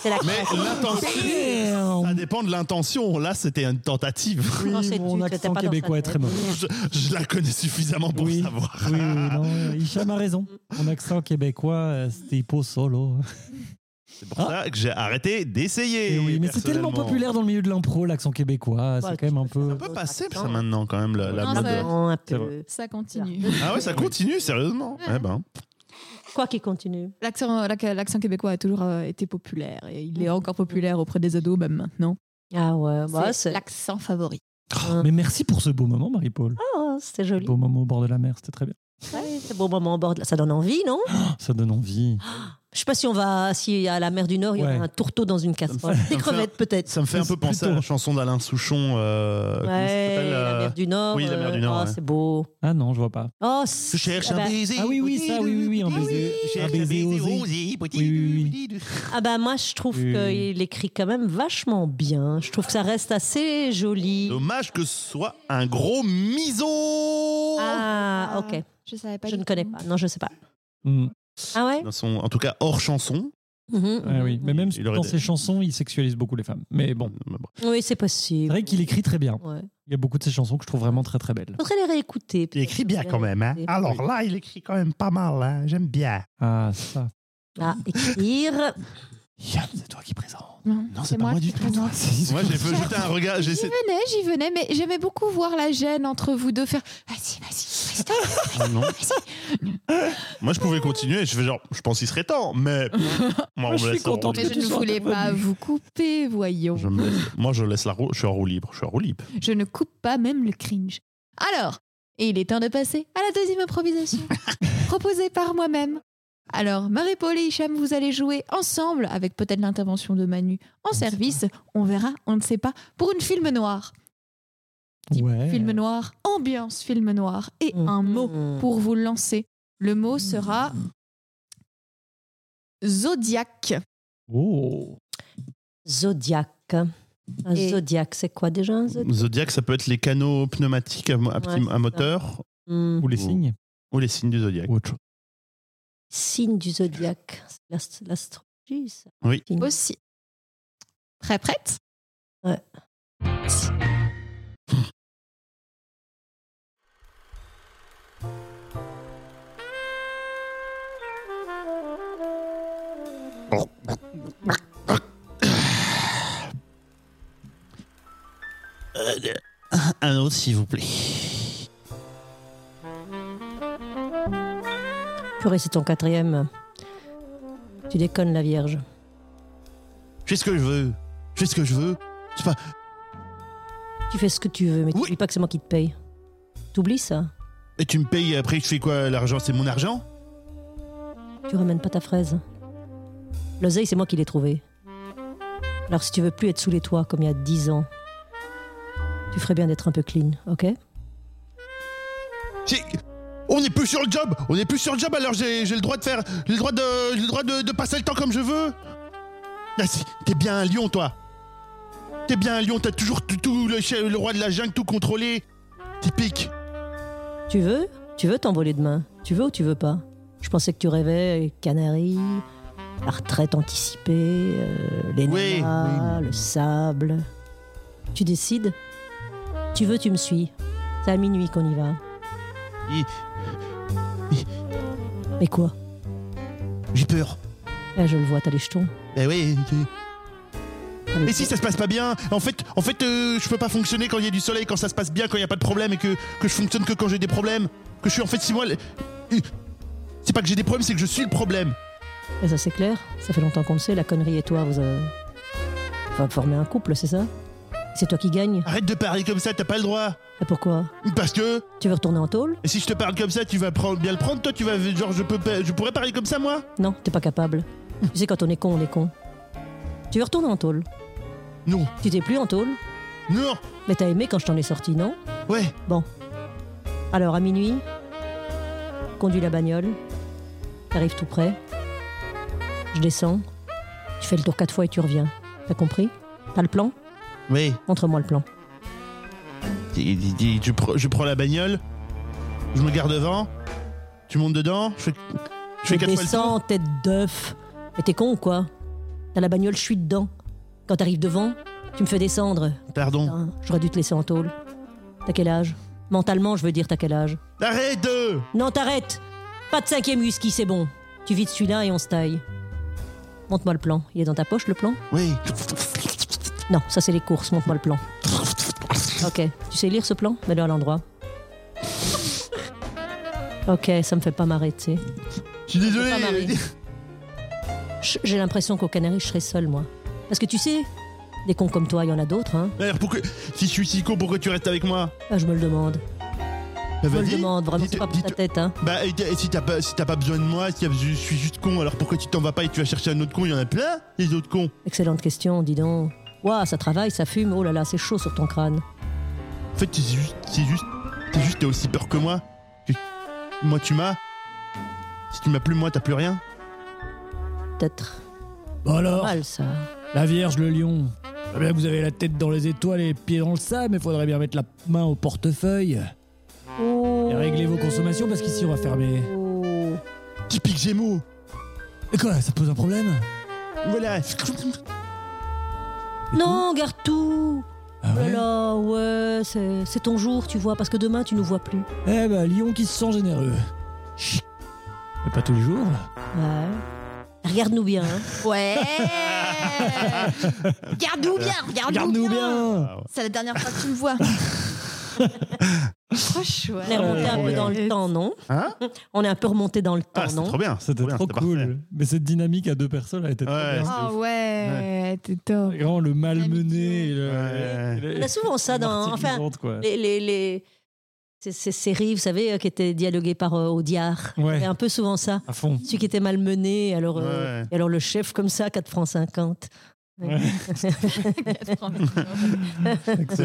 [SPEAKER 4] C'est la
[SPEAKER 3] Mais
[SPEAKER 2] Ah,
[SPEAKER 3] l'intention,
[SPEAKER 2] Damn.
[SPEAKER 3] ça dépend de l'intention. Là, c'était une tentative.
[SPEAKER 4] Non,
[SPEAKER 2] Oui,
[SPEAKER 4] c'est tu,
[SPEAKER 2] mon
[SPEAKER 4] t'étais
[SPEAKER 2] accent
[SPEAKER 4] pas dans
[SPEAKER 2] québécois est très
[SPEAKER 4] sa tête.
[SPEAKER 2] mauvais.
[SPEAKER 3] Je, je la connais suffisamment pour
[SPEAKER 2] Oui.
[SPEAKER 3] savoir.
[SPEAKER 2] Oui, oui, non, Hicham a raison. Mon accent québécois, euh, c'était hippo solo.
[SPEAKER 3] C'est pour ça que j'ai arrêté d'essayer.
[SPEAKER 2] Ah. Eh oui, mais c'est tellement
[SPEAKER 3] personnellement.
[SPEAKER 2] populaire Oh, dans le milieu de l'impro, l'accent québécois.
[SPEAKER 4] Ouais,
[SPEAKER 2] c'est quand même un peu.
[SPEAKER 3] Ça peut passer, ça, maintenant, quand même, la, la
[SPEAKER 1] Non,
[SPEAKER 3] mode.
[SPEAKER 1] ça-
[SPEAKER 4] Non, un peu.
[SPEAKER 2] C'est
[SPEAKER 1] Ça continue.
[SPEAKER 3] Ah ouais, ça continue, sérieusement.
[SPEAKER 1] Ouais.
[SPEAKER 3] Eh ben.
[SPEAKER 4] Quoi qu'il continue.
[SPEAKER 1] L'accent l'ac- l'accent québécois a toujours euh, été populaire et il est encore populaire auprès des ados, même maintenant.
[SPEAKER 4] Mm. Ah ouais, bah,
[SPEAKER 1] c'est
[SPEAKER 4] c'est.
[SPEAKER 1] l'accent favori.
[SPEAKER 4] Hein.
[SPEAKER 2] Mais merci pour ce beau moment, Marie-Paul.
[SPEAKER 4] Ah, c'était joli.
[SPEAKER 2] Beau moment au bord de la mer, c'était très bien. Ah,
[SPEAKER 4] Ouais, c'est bon moment en bord. de la- Ça donne envie, non
[SPEAKER 2] Ça donne envie.
[SPEAKER 4] Je sais pas si on va, si à la mer du Nord, il y aura
[SPEAKER 2] Ouais.
[SPEAKER 4] un tourteau dans une casserole.
[SPEAKER 3] fait- ça
[SPEAKER 4] Des
[SPEAKER 3] me fait
[SPEAKER 4] crevettes, peut-être.
[SPEAKER 3] Ça me fait un peu
[SPEAKER 2] Plutôt.
[SPEAKER 3] penser à la chanson d'Alain Souchon. euh, comment ça
[SPEAKER 4] Ouais,
[SPEAKER 3] s'appelle,
[SPEAKER 4] la
[SPEAKER 3] euh,
[SPEAKER 4] mer du Nord.
[SPEAKER 3] oui, la mer
[SPEAKER 4] euh,
[SPEAKER 3] du Nord,
[SPEAKER 4] ah,
[SPEAKER 3] ouais.
[SPEAKER 4] c'est beau.
[SPEAKER 2] Ah non, je vois pas.
[SPEAKER 4] Oh, c'est-
[SPEAKER 3] Je cherche
[SPEAKER 4] ah bah-
[SPEAKER 3] un baiser.
[SPEAKER 2] Ah oui, oui, ça, oui, oui, oui, un baiser- un baiser osé. Oui, oui,
[SPEAKER 4] Ah bah moi je trouve
[SPEAKER 2] Oui.
[SPEAKER 4] qu'il écrit quand même vachement bien. Je trouve que ça reste assez joli.
[SPEAKER 3] Dommage que ce soit un gros miso
[SPEAKER 4] Ah ok,
[SPEAKER 1] Je savais pas.
[SPEAKER 4] je
[SPEAKER 1] du
[SPEAKER 4] ne connais
[SPEAKER 1] tout.
[SPEAKER 4] pas. Non je sais pas.
[SPEAKER 2] Hmm.
[SPEAKER 4] Ah ouais.
[SPEAKER 3] Dans son- en tout cas, hors chanson.
[SPEAKER 4] Mhm.
[SPEAKER 2] Ah oui. Mais même
[SPEAKER 3] Il aurait
[SPEAKER 2] dans
[SPEAKER 3] des-
[SPEAKER 2] ses chansons, il sexualise beaucoup les femmes. Mais bon,
[SPEAKER 3] Euh,
[SPEAKER 4] Oui c'est
[SPEAKER 2] c'est
[SPEAKER 4] possible.
[SPEAKER 2] vrai qu'il écrit très bien.
[SPEAKER 4] Ouais.
[SPEAKER 2] Il y a beaucoup de ses chansons que je trouve vraiment très très belles.
[SPEAKER 4] Faudrait les réécouter. Ah,
[SPEAKER 3] Il écrit bien quand même. Hein. Alors là, il écrit quand même pas mal. hein. J'aime bien.
[SPEAKER 2] Ah, ça.
[SPEAKER 4] Ah écrire.
[SPEAKER 2] Yann, c'est toi qui présente.
[SPEAKER 1] Non,
[SPEAKER 3] c'est pas moi
[SPEAKER 1] qui
[SPEAKER 3] du tout.
[SPEAKER 1] présente.
[SPEAKER 3] Moi, j'ai fait jeter un regard.
[SPEAKER 1] J'y
[SPEAKER 3] J'essaie
[SPEAKER 1] venais, j'y venais, mais j'aimais beaucoup voir la gêne entre vous deux faire Vas-y, vas-y, Christophe,
[SPEAKER 3] Ah non. Moi, je pouvais continuer. Je fais genre, je pense qu'il serait temps, mais moi, on
[SPEAKER 2] Je suis
[SPEAKER 3] me laisse en
[SPEAKER 2] content
[SPEAKER 3] roue
[SPEAKER 1] Mais
[SPEAKER 2] que
[SPEAKER 3] libre.
[SPEAKER 1] je ne
[SPEAKER 2] sois
[SPEAKER 1] voulais pas
[SPEAKER 2] intervenu.
[SPEAKER 1] vous couper, voyons.
[SPEAKER 3] Je me laisse- Moi, je laisse la roue. Je suis en roue libre. Je suis en roue libre.
[SPEAKER 1] Je ne coupe pas même le cringe. Alors, il est temps de passer à la deuxième improvisation, proposée par moi-même. Alors, Marie-Paul et Hicham, vous allez jouer ensemble, avec peut-être l'intervention de Manu en
[SPEAKER 2] ne sait
[SPEAKER 1] service, on verra, on ne sait pas, pour une film noire. Type
[SPEAKER 2] Ouais. Mm.
[SPEAKER 1] Film noir, ambiance film noir, et un mot
[SPEAKER 4] Hmm.
[SPEAKER 1] pour vous lancer. Le mot sera zodiaque.
[SPEAKER 2] Oh.
[SPEAKER 4] Zodiaque. Un
[SPEAKER 1] Et-
[SPEAKER 4] zodiaque c'est quoi déjà un zodiaque
[SPEAKER 3] Zodiac, ça peut être les canaux pneumatiques à, mo- à petit-
[SPEAKER 4] Ouais, c'est
[SPEAKER 3] à moteur
[SPEAKER 4] Hmm.
[SPEAKER 2] Ou les
[SPEAKER 3] Oh.
[SPEAKER 2] signes.
[SPEAKER 3] ou les signes du zodiaque.
[SPEAKER 2] Ou autre chose.
[SPEAKER 4] Signe du zodiaque. C'est l'ast- L'astrologie ça.
[SPEAKER 3] Oui.
[SPEAKER 4] Signe.
[SPEAKER 1] aussi. Très prête
[SPEAKER 4] Ouais.
[SPEAKER 3] Ah, Un autre, s'il vous plaît.
[SPEAKER 4] Purée c'est ton quatrième. Tu déconnes la Vierge.
[SPEAKER 3] fais ce que je veux. Je fais ce que je veux. C'est pas.
[SPEAKER 4] Tu fais ce que tu veux, mais
[SPEAKER 3] Oui.
[SPEAKER 4] t'oublies pas que c'est moi qui te paye. T'oublies ça
[SPEAKER 3] Et tu me payes et après, je fais quoi L'argent, c'est mon argent
[SPEAKER 4] Tu ramènes pas ta fraise. L'oseille, c'est moi qui l'ai trouvée. Alors si tu veux plus être sous les toits comme il y a 10 ans, tu ferais bien d'être un peu clean, ok
[SPEAKER 3] C'est- On n'est plus sur le job On n'est plus sur le job, alors j'ai j'ai le droit de faire. J'ai le droit, de, j'ai le droit de, de passer le temps comme je veux Ah, si, T'es bien un lion, toi T'es bien un lion, t'as toujours tout, tout le, chef- le roi de la jungle tout contrôlé Typique
[SPEAKER 4] Tu veux Tu veux t'envoler demain Tu veux ou tu veux pas Je pensais que tu rêvais Canaries, la retraite anticipée, euh, les
[SPEAKER 3] Oui,
[SPEAKER 4] nanas, le sable. Tu décides Tu veux, tu me suis. C'est à minuit qu'on y va.
[SPEAKER 3] Et
[SPEAKER 4] Mais quoi
[SPEAKER 3] J'ai peur.
[SPEAKER 4] Eh, Je le vois, t'as les jetons.
[SPEAKER 3] Eh oui.
[SPEAKER 4] T'as les
[SPEAKER 3] Et si ça se passe pas bien En fait, en fait euh, je peux pas fonctionner quand il y a du soleil, quand ça se passe bien, quand il y a pas de problème et que, que je fonctionne que quand j'ai des problèmes. Que je suis en fait si moi. le- euh, C'est pas que j'ai des problèmes, c'est que je suis le problème.
[SPEAKER 4] Et Eh, ça c'est clair, ça fait longtemps qu'on le sait, la connerie et toi, vous avez... Enfin, vous formez un couple, c'est ça C'est toi qui gagne
[SPEAKER 3] Arrête de parler comme ça, t'as pas le droit.
[SPEAKER 4] Et pourquoi
[SPEAKER 3] Parce que
[SPEAKER 4] Tu veux retourner en tôle
[SPEAKER 3] si je te parle comme ça, tu vas prendre, bien le prendre, toi, tu vas genre je peux pas- je pourrais parler comme ça moi
[SPEAKER 4] Non, t'es pas capable. tu sais, quand on est con, on est con. Tu veux retourner en tôle
[SPEAKER 3] Non,
[SPEAKER 4] Tu t'es plus en tôle
[SPEAKER 3] non,
[SPEAKER 4] Mais t'as aimé quand je t'en ai sorti, non
[SPEAKER 3] ouais,
[SPEAKER 4] Alors à minuit, conduis la bagnole, t'arrives tout près, je descends, tu fais le tour quatre fois et tu reviens. T'as compris T'as le plan
[SPEAKER 3] ouais.
[SPEAKER 4] Montre-moi le plan.
[SPEAKER 3] Tu- tu- tu- tu prends- je prends la bagnole, je me garde devant, tu montes dedans, je fais, je fais
[SPEAKER 4] Je
[SPEAKER 3] quatre fois le tour.
[SPEAKER 4] descends, tête d'œuf. Mais t'es con ou quoi T'as la bagnole, je suis dedans. Quand t'arrives devant, tu me fais descendre.
[SPEAKER 3] Pardon.
[SPEAKER 4] Putain, J'aurais dû te laisser en tôle. T'as quel âge Mentalement, je veux dire, t'as quel âge
[SPEAKER 3] Arrête de
[SPEAKER 4] Non, t'arrêtes Pas de cinquième whisky, c'est bon. Tu vides celui-là et on se taille. Montre-moi le plan. Il est dans ta poche, le plan
[SPEAKER 3] Oui.
[SPEAKER 4] Non, ça c'est les courses, montre-moi le plan. Ok, tu sais lire ce plan Mets-le à l'endroit. Ok, ça me fait pas marrer, tu sais.
[SPEAKER 3] Je suis désolé.
[SPEAKER 1] Pas marré.
[SPEAKER 4] Ch- J'ai l'impression qu'au Canaries, je serais seule, moi. Parce que tu sais, des cons comme toi, il y en a d'autres, hein.
[SPEAKER 3] Alors pourquoi si je suis si con, pourquoi tu restes avec moi
[SPEAKER 4] Ah, je me le demande.
[SPEAKER 3] Bah,
[SPEAKER 4] Je me le
[SPEAKER 3] vas-y.
[SPEAKER 4] demande, vraiment, c'est
[SPEAKER 3] Dites-
[SPEAKER 4] pas pour ta
[SPEAKER 3] dites-
[SPEAKER 4] tête, hein.
[SPEAKER 3] Bah et, et si t'as pas si t'as pas besoin de moi, si t'as- je suis juste con, alors pourquoi tu t'en vas pas et tu vas chercher un autre con Il y en a plein les autres cons.
[SPEAKER 4] Excellente question, dis donc. Ouah, ça travaille, ça fume, oh là là, c'est chaud sur ton crâne.
[SPEAKER 3] En fait, c'est juste, c'est juste, c'est juste, t'as aussi peur que moi. Que- moi, tu m'as. Si tu m'as plus, moi, t'as plus rien.
[SPEAKER 4] Peut-être
[SPEAKER 2] Bon alors,
[SPEAKER 4] mal, ça.
[SPEAKER 2] la Vierge, le lion. Eh bien, vous avez la tête dans les étoiles et les pieds dans le sable, mais faudrait bien mettre la main au portefeuille.
[SPEAKER 4] Oh.
[SPEAKER 2] Et réglez vos consommations, parce qu'ici, on va fermer.
[SPEAKER 4] Oh.
[SPEAKER 3] Typique Gémeaux.
[SPEAKER 2] Et quoi, ça te pose un problème Ah
[SPEAKER 3] Voilà.
[SPEAKER 2] Et
[SPEAKER 4] Non, garde tout
[SPEAKER 2] Ah
[SPEAKER 4] Oh là
[SPEAKER 2] ouais
[SPEAKER 4] là, ouais, c'est c'est ton jour, tu vois, parce que demain, tu nous vois plus.
[SPEAKER 2] Eh ben, lion qui se sent généreux. Chut. Mais pas tous les jours.
[SPEAKER 4] Ouais. Regarde-nous bien, hein.
[SPEAKER 1] Ouais Regarde-nous bien Regarde-nous
[SPEAKER 2] Regarde-nous
[SPEAKER 1] bien,
[SPEAKER 2] bien
[SPEAKER 3] Ah,
[SPEAKER 1] C'est la dernière fois que tu me vois. Trop chouette.
[SPEAKER 4] On est remonté un peu
[SPEAKER 2] ouais.
[SPEAKER 4] dans le temps, non
[SPEAKER 3] Hein
[SPEAKER 4] On est un peu remonté dans le temps,
[SPEAKER 3] Ah, c'est
[SPEAKER 4] non
[SPEAKER 3] trop bien.
[SPEAKER 2] C'était
[SPEAKER 3] c'est bien,
[SPEAKER 2] trop
[SPEAKER 3] c'est
[SPEAKER 2] cool.
[SPEAKER 3] parfait.
[SPEAKER 2] Mais cette dynamique à deux personnes, elle était
[SPEAKER 3] Ouais.
[SPEAKER 2] trop bien.
[SPEAKER 1] Ah ouais, t'es top.
[SPEAKER 2] Vraiment, le malmené. et le-
[SPEAKER 3] Ouais.
[SPEAKER 2] et le-
[SPEAKER 4] On a souvent ça dans. Enfin,
[SPEAKER 2] martyrisante, quoi.
[SPEAKER 4] les, les, les- ces, ces séries, vous savez, euh, qui étaient dialoguées par euh, Audiard.
[SPEAKER 2] Ouais.
[SPEAKER 4] Et un peu souvent ça.
[SPEAKER 2] À fond.
[SPEAKER 4] Celui qui était malmené, alors, euh,
[SPEAKER 3] Ouais.
[SPEAKER 4] et alors le chef comme ça, 4 francs 50. Ouais.
[SPEAKER 3] C'est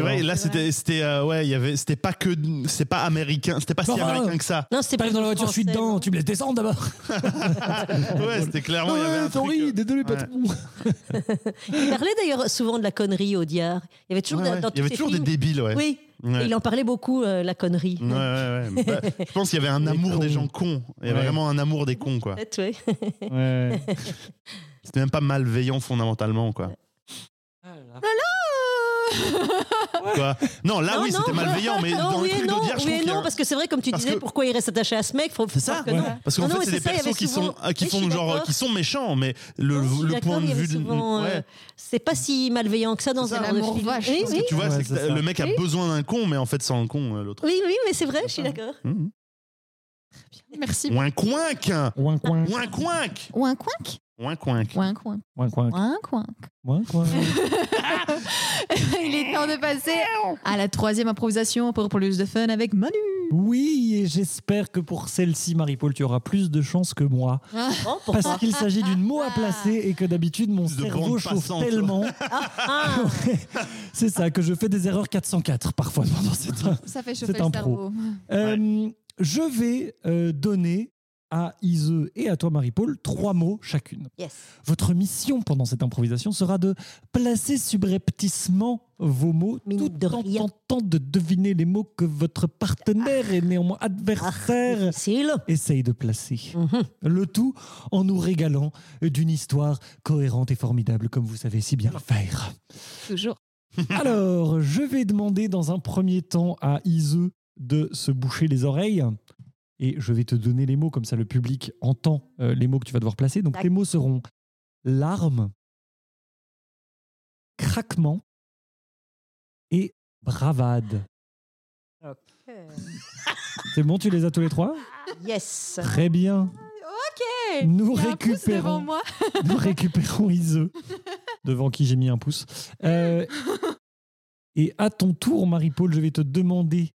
[SPEAKER 3] vrai. Là,
[SPEAKER 1] C'est vrai.
[SPEAKER 3] c'était, c'était, euh, ouais, il y avait, c'était pas que, c'était pas américain, c'était pas si
[SPEAKER 2] Bon,
[SPEAKER 3] américain
[SPEAKER 2] euh,
[SPEAKER 3] que ça.
[SPEAKER 4] non, c'était
[SPEAKER 2] T'arrives dans la voiture, je suis
[SPEAKER 4] français,
[SPEAKER 2] dedans.
[SPEAKER 4] non.
[SPEAKER 2] Tu me laisses descendre d'abord.
[SPEAKER 3] Ouais, c'était clairement. il y avait un
[SPEAKER 2] Ouais,
[SPEAKER 3] truc,
[SPEAKER 2] sorry,
[SPEAKER 3] euh,
[SPEAKER 2] désolé, patron.
[SPEAKER 4] Il parlait d'ailleurs souvent de la connerie, Audiard. Il y avait toujours,
[SPEAKER 3] ouais,
[SPEAKER 4] dans-
[SPEAKER 3] ouais.
[SPEAKER 4] dans
[SPEAKER 3] Il y avait
[SPEAKER 4] tous ses
[SPEAKER 3] toujours des
[SPEAKER 4] films-
[SPEAKER 3] débiles, ouais.
[SPEAKER 4] Oui,
[SPEAKER 3] Ouais.
[SPEAKER 4] et il en parlait beaucoup, euh, la connerie.
[SPEAKER 3] Ouais, ouais, ouais. Bah, je pense qu'il y avait un
[SPEAKER 2] Les
[SPEAKER 3] amour des
[SPEAKER 2] cons.
[SPEAKER 3] gens cons. Il y avait
[SPEAKER 2] Ouais.
[SPEAKER 3] vraiment un amour des cons, quoi.
[SPEAKER 4] Peut-être, ouais.
[SPEAKER 2] Ouais.
[SPEAKER 3] C'était même pas malveillant fondamentalement, quoi.
[SPEAKER 4] Oh
[SPEAKER 3] Quoi non, là
[SPEAKER 4] Non,
[SPEAKER 3] Ah oui,
[SPEAKER 4] non.
[SPEAKER 3] c'était malveillant, mais
[SPEAKER 4] non,
[SPEAKER 3] dans
[SPEAKER 4] oui
[SPEAKER 3] le
[SPEAKER 4] et
[SPEAKER 3] truc
[SPEAKER 4] non,
[SPEAKER 3] d'Audiard, je trouve
[SPEAKER 4] oui et
[SPEAKER 3] qu'il y a-
[SPEAKER 4] non, parce que c'est vrai, comme tu
[SPEAKER 3] Parce
[SPEAKER 4] disais,
[SPEAKER 3] que-
[SPEAKER 4] pourquoi il reste attaché à ce mec faut- faut
[SPEAKER 3] ça,
[SPEAKER 4] voir que
[SPEAKER 2] ouais.
[SPEAKER 4] non.
[SPEAKER 3] Parce qu'en
[SPEAKER 4] Non,
[SPEAKER 3] fait,
[SPEAKER 4] non,
[SPEAKER 3] c'est
[SPEAKER 4] mais
[SPEAKER 3] des
[SPEAKER 4] c'est ça, il y
[SPEAKER 3] persos
[SPEAKER 4] avait
[SPEAKER 3] qui
[SPEAKER 4] souvent-
[SPEAKER 3] sont ah, qui
[SPEAKER 4] Oui, je
[SPEAKER 3] font
[SPEAKER 4] suis
[SPEAKER 3] genre euh,
[SPEAKER 4] d'accord.
[SPEAKER 3] qui sont méchants, mais le,
[SPEAKER 4] Non, je suis
[SPEAKER 3] le
[SPEAKER 4] d'accord,
[SPEAKER 3] point de
[SPEAKER 4] il y avait
[SPEAKER 3] vue de
[SPEAKER 4] souvent, euh,
[SPEAKER 3] ouais.
[SPEAKER 4] C'est pas si malveillant que ça dans
[SPEAKER 1] C'est
[SPEAKER 4] un
[SPEAKER 1] de
[SPEAKER 4] genre de
[SPEAKER 1] l'amour
[SPEAKER 4] film.
[SPEAKER 1] vache,
[SPEAKER 4] Oui,
[SPEAKER 1] parce
[SPEAKER 4] oui,
[SPEAKER 3] tu vois,
[SPEAKER 2] Ouais,
[SPEAKER 3] c'est que
[SPEAKER 2] c'est
[SPEAKER 3] t'as-
[SPEAKER 2] ça.
[SPEAKER 3] le mec a
[SPEAKER 4] Oui.
[SPEAKER 3] besoin d'un con, mais en fait sans le con euh, l'autre. Hum,
[SPEAKER 4] oui, oui, mais c'est vrai, je suis d'accord.
[SPEAKER 1] Merci.
[SPEAKER 3] Ouin coinque,
[SPEAKER 2] Ouin, coin.
[SPEAKER 3] ouin coinque.
[SPEAKER 1] Ou un coinque
[SPEAKER 3] Coin, coin.
[SPEAKER 1] Coin, coin,
[SPEAKER 2] Coin, coin,
[SPEAKER 1] coin, coin.
[SPEAKER 2] coin, coin.
[SPEAKER 1] Il est temps de passer à la troisième improvisation pour plus de fun avec Manu.
[SPEAKER 2] Oui, et j'espère que pour celle-ci, Marie-Paul, tu auras plus de chance que moi.
[SPEAKER 4] Bon, pourquoi
[SPEAKER 2] Parce qu'il s'agit d'une mot à placer et que d'habitude, mon
[SPEAKER 3] Plus de
[SPEAKER 2] cerveau
[SPEAKER 3] bande
[SPEAKER 2] chauffe
[SPEAKER 3] passante.
[SPEAKER 2] tellement.
[SPEAKER 4] Ah,
[SPEAKER 2] C'est ça, que je fais des erreurs 404 parfois pendant cette.
[SPEAKER 1] Ça fait chauffer
[SPEAKER 2] C'est
[SPEAKER 1] le
[SPEAKER 2] un
[SPEAKER 1] cerveau.
[SPEAKER 2] Euh, je vais euh, donner à Ise et à toi, Marie-Paul, trois mots chacune.
[SPEAKER 4] yes.
[SPEAKER 2] Votre mission pendant cette improvisation sera de placer subrepticement vos mots
[SPEAKER 4] Mine
[SPEAKER 2] tout
[SPEAKER 4] de
[SPEAKER 2] en
[SPEAKER 4] rien. Ah.
[SPEAKER 2] tentant de deviner les mots que votre partenaire et néanmoins adversaire
[SPEAKER 4] Difficile.
[SPEAKER 2] essaye de placer.
[SPEAKER 4] Mhm.
[SPEAKER 2] Le tout en nous régalant d'une histoire cohérente et formidable, comme vous savez si bien le faire.
[SPEAKER 1] Toujours.
[SPEAKER 2] Alors, je vais demander dans un premier temps à Ise de se boucher les oreilles. Et je vais te donner les mots, comme ça le public entend euh, les mots que tu vas devoir placer. Donc,
[SPEAKER 4] Tac.
[SPEAKER 2] les mots seront larmes, craquement et bravade.
[SPEAKER 3] Euh.
[SPEAKER 2] C'est bon, tu les as tous les trois
[SPEAKER 1] Euh,
[SPEAKER 4] Yes.
[SPEAKER 2] Très bien.
[SPEAKER 1] Hey,
[SPEAKER 2] Nous
[SPEAKER 1] il y a un pouce devant
[SPEAKER 2] récupérons.
[SPEAKER 1] moi.
[SPEAKER 2] Nous récupérons Ise, devant qui j'ai mis un pouce. Euh, et à ton tour, Marie-Paul, je vais te demander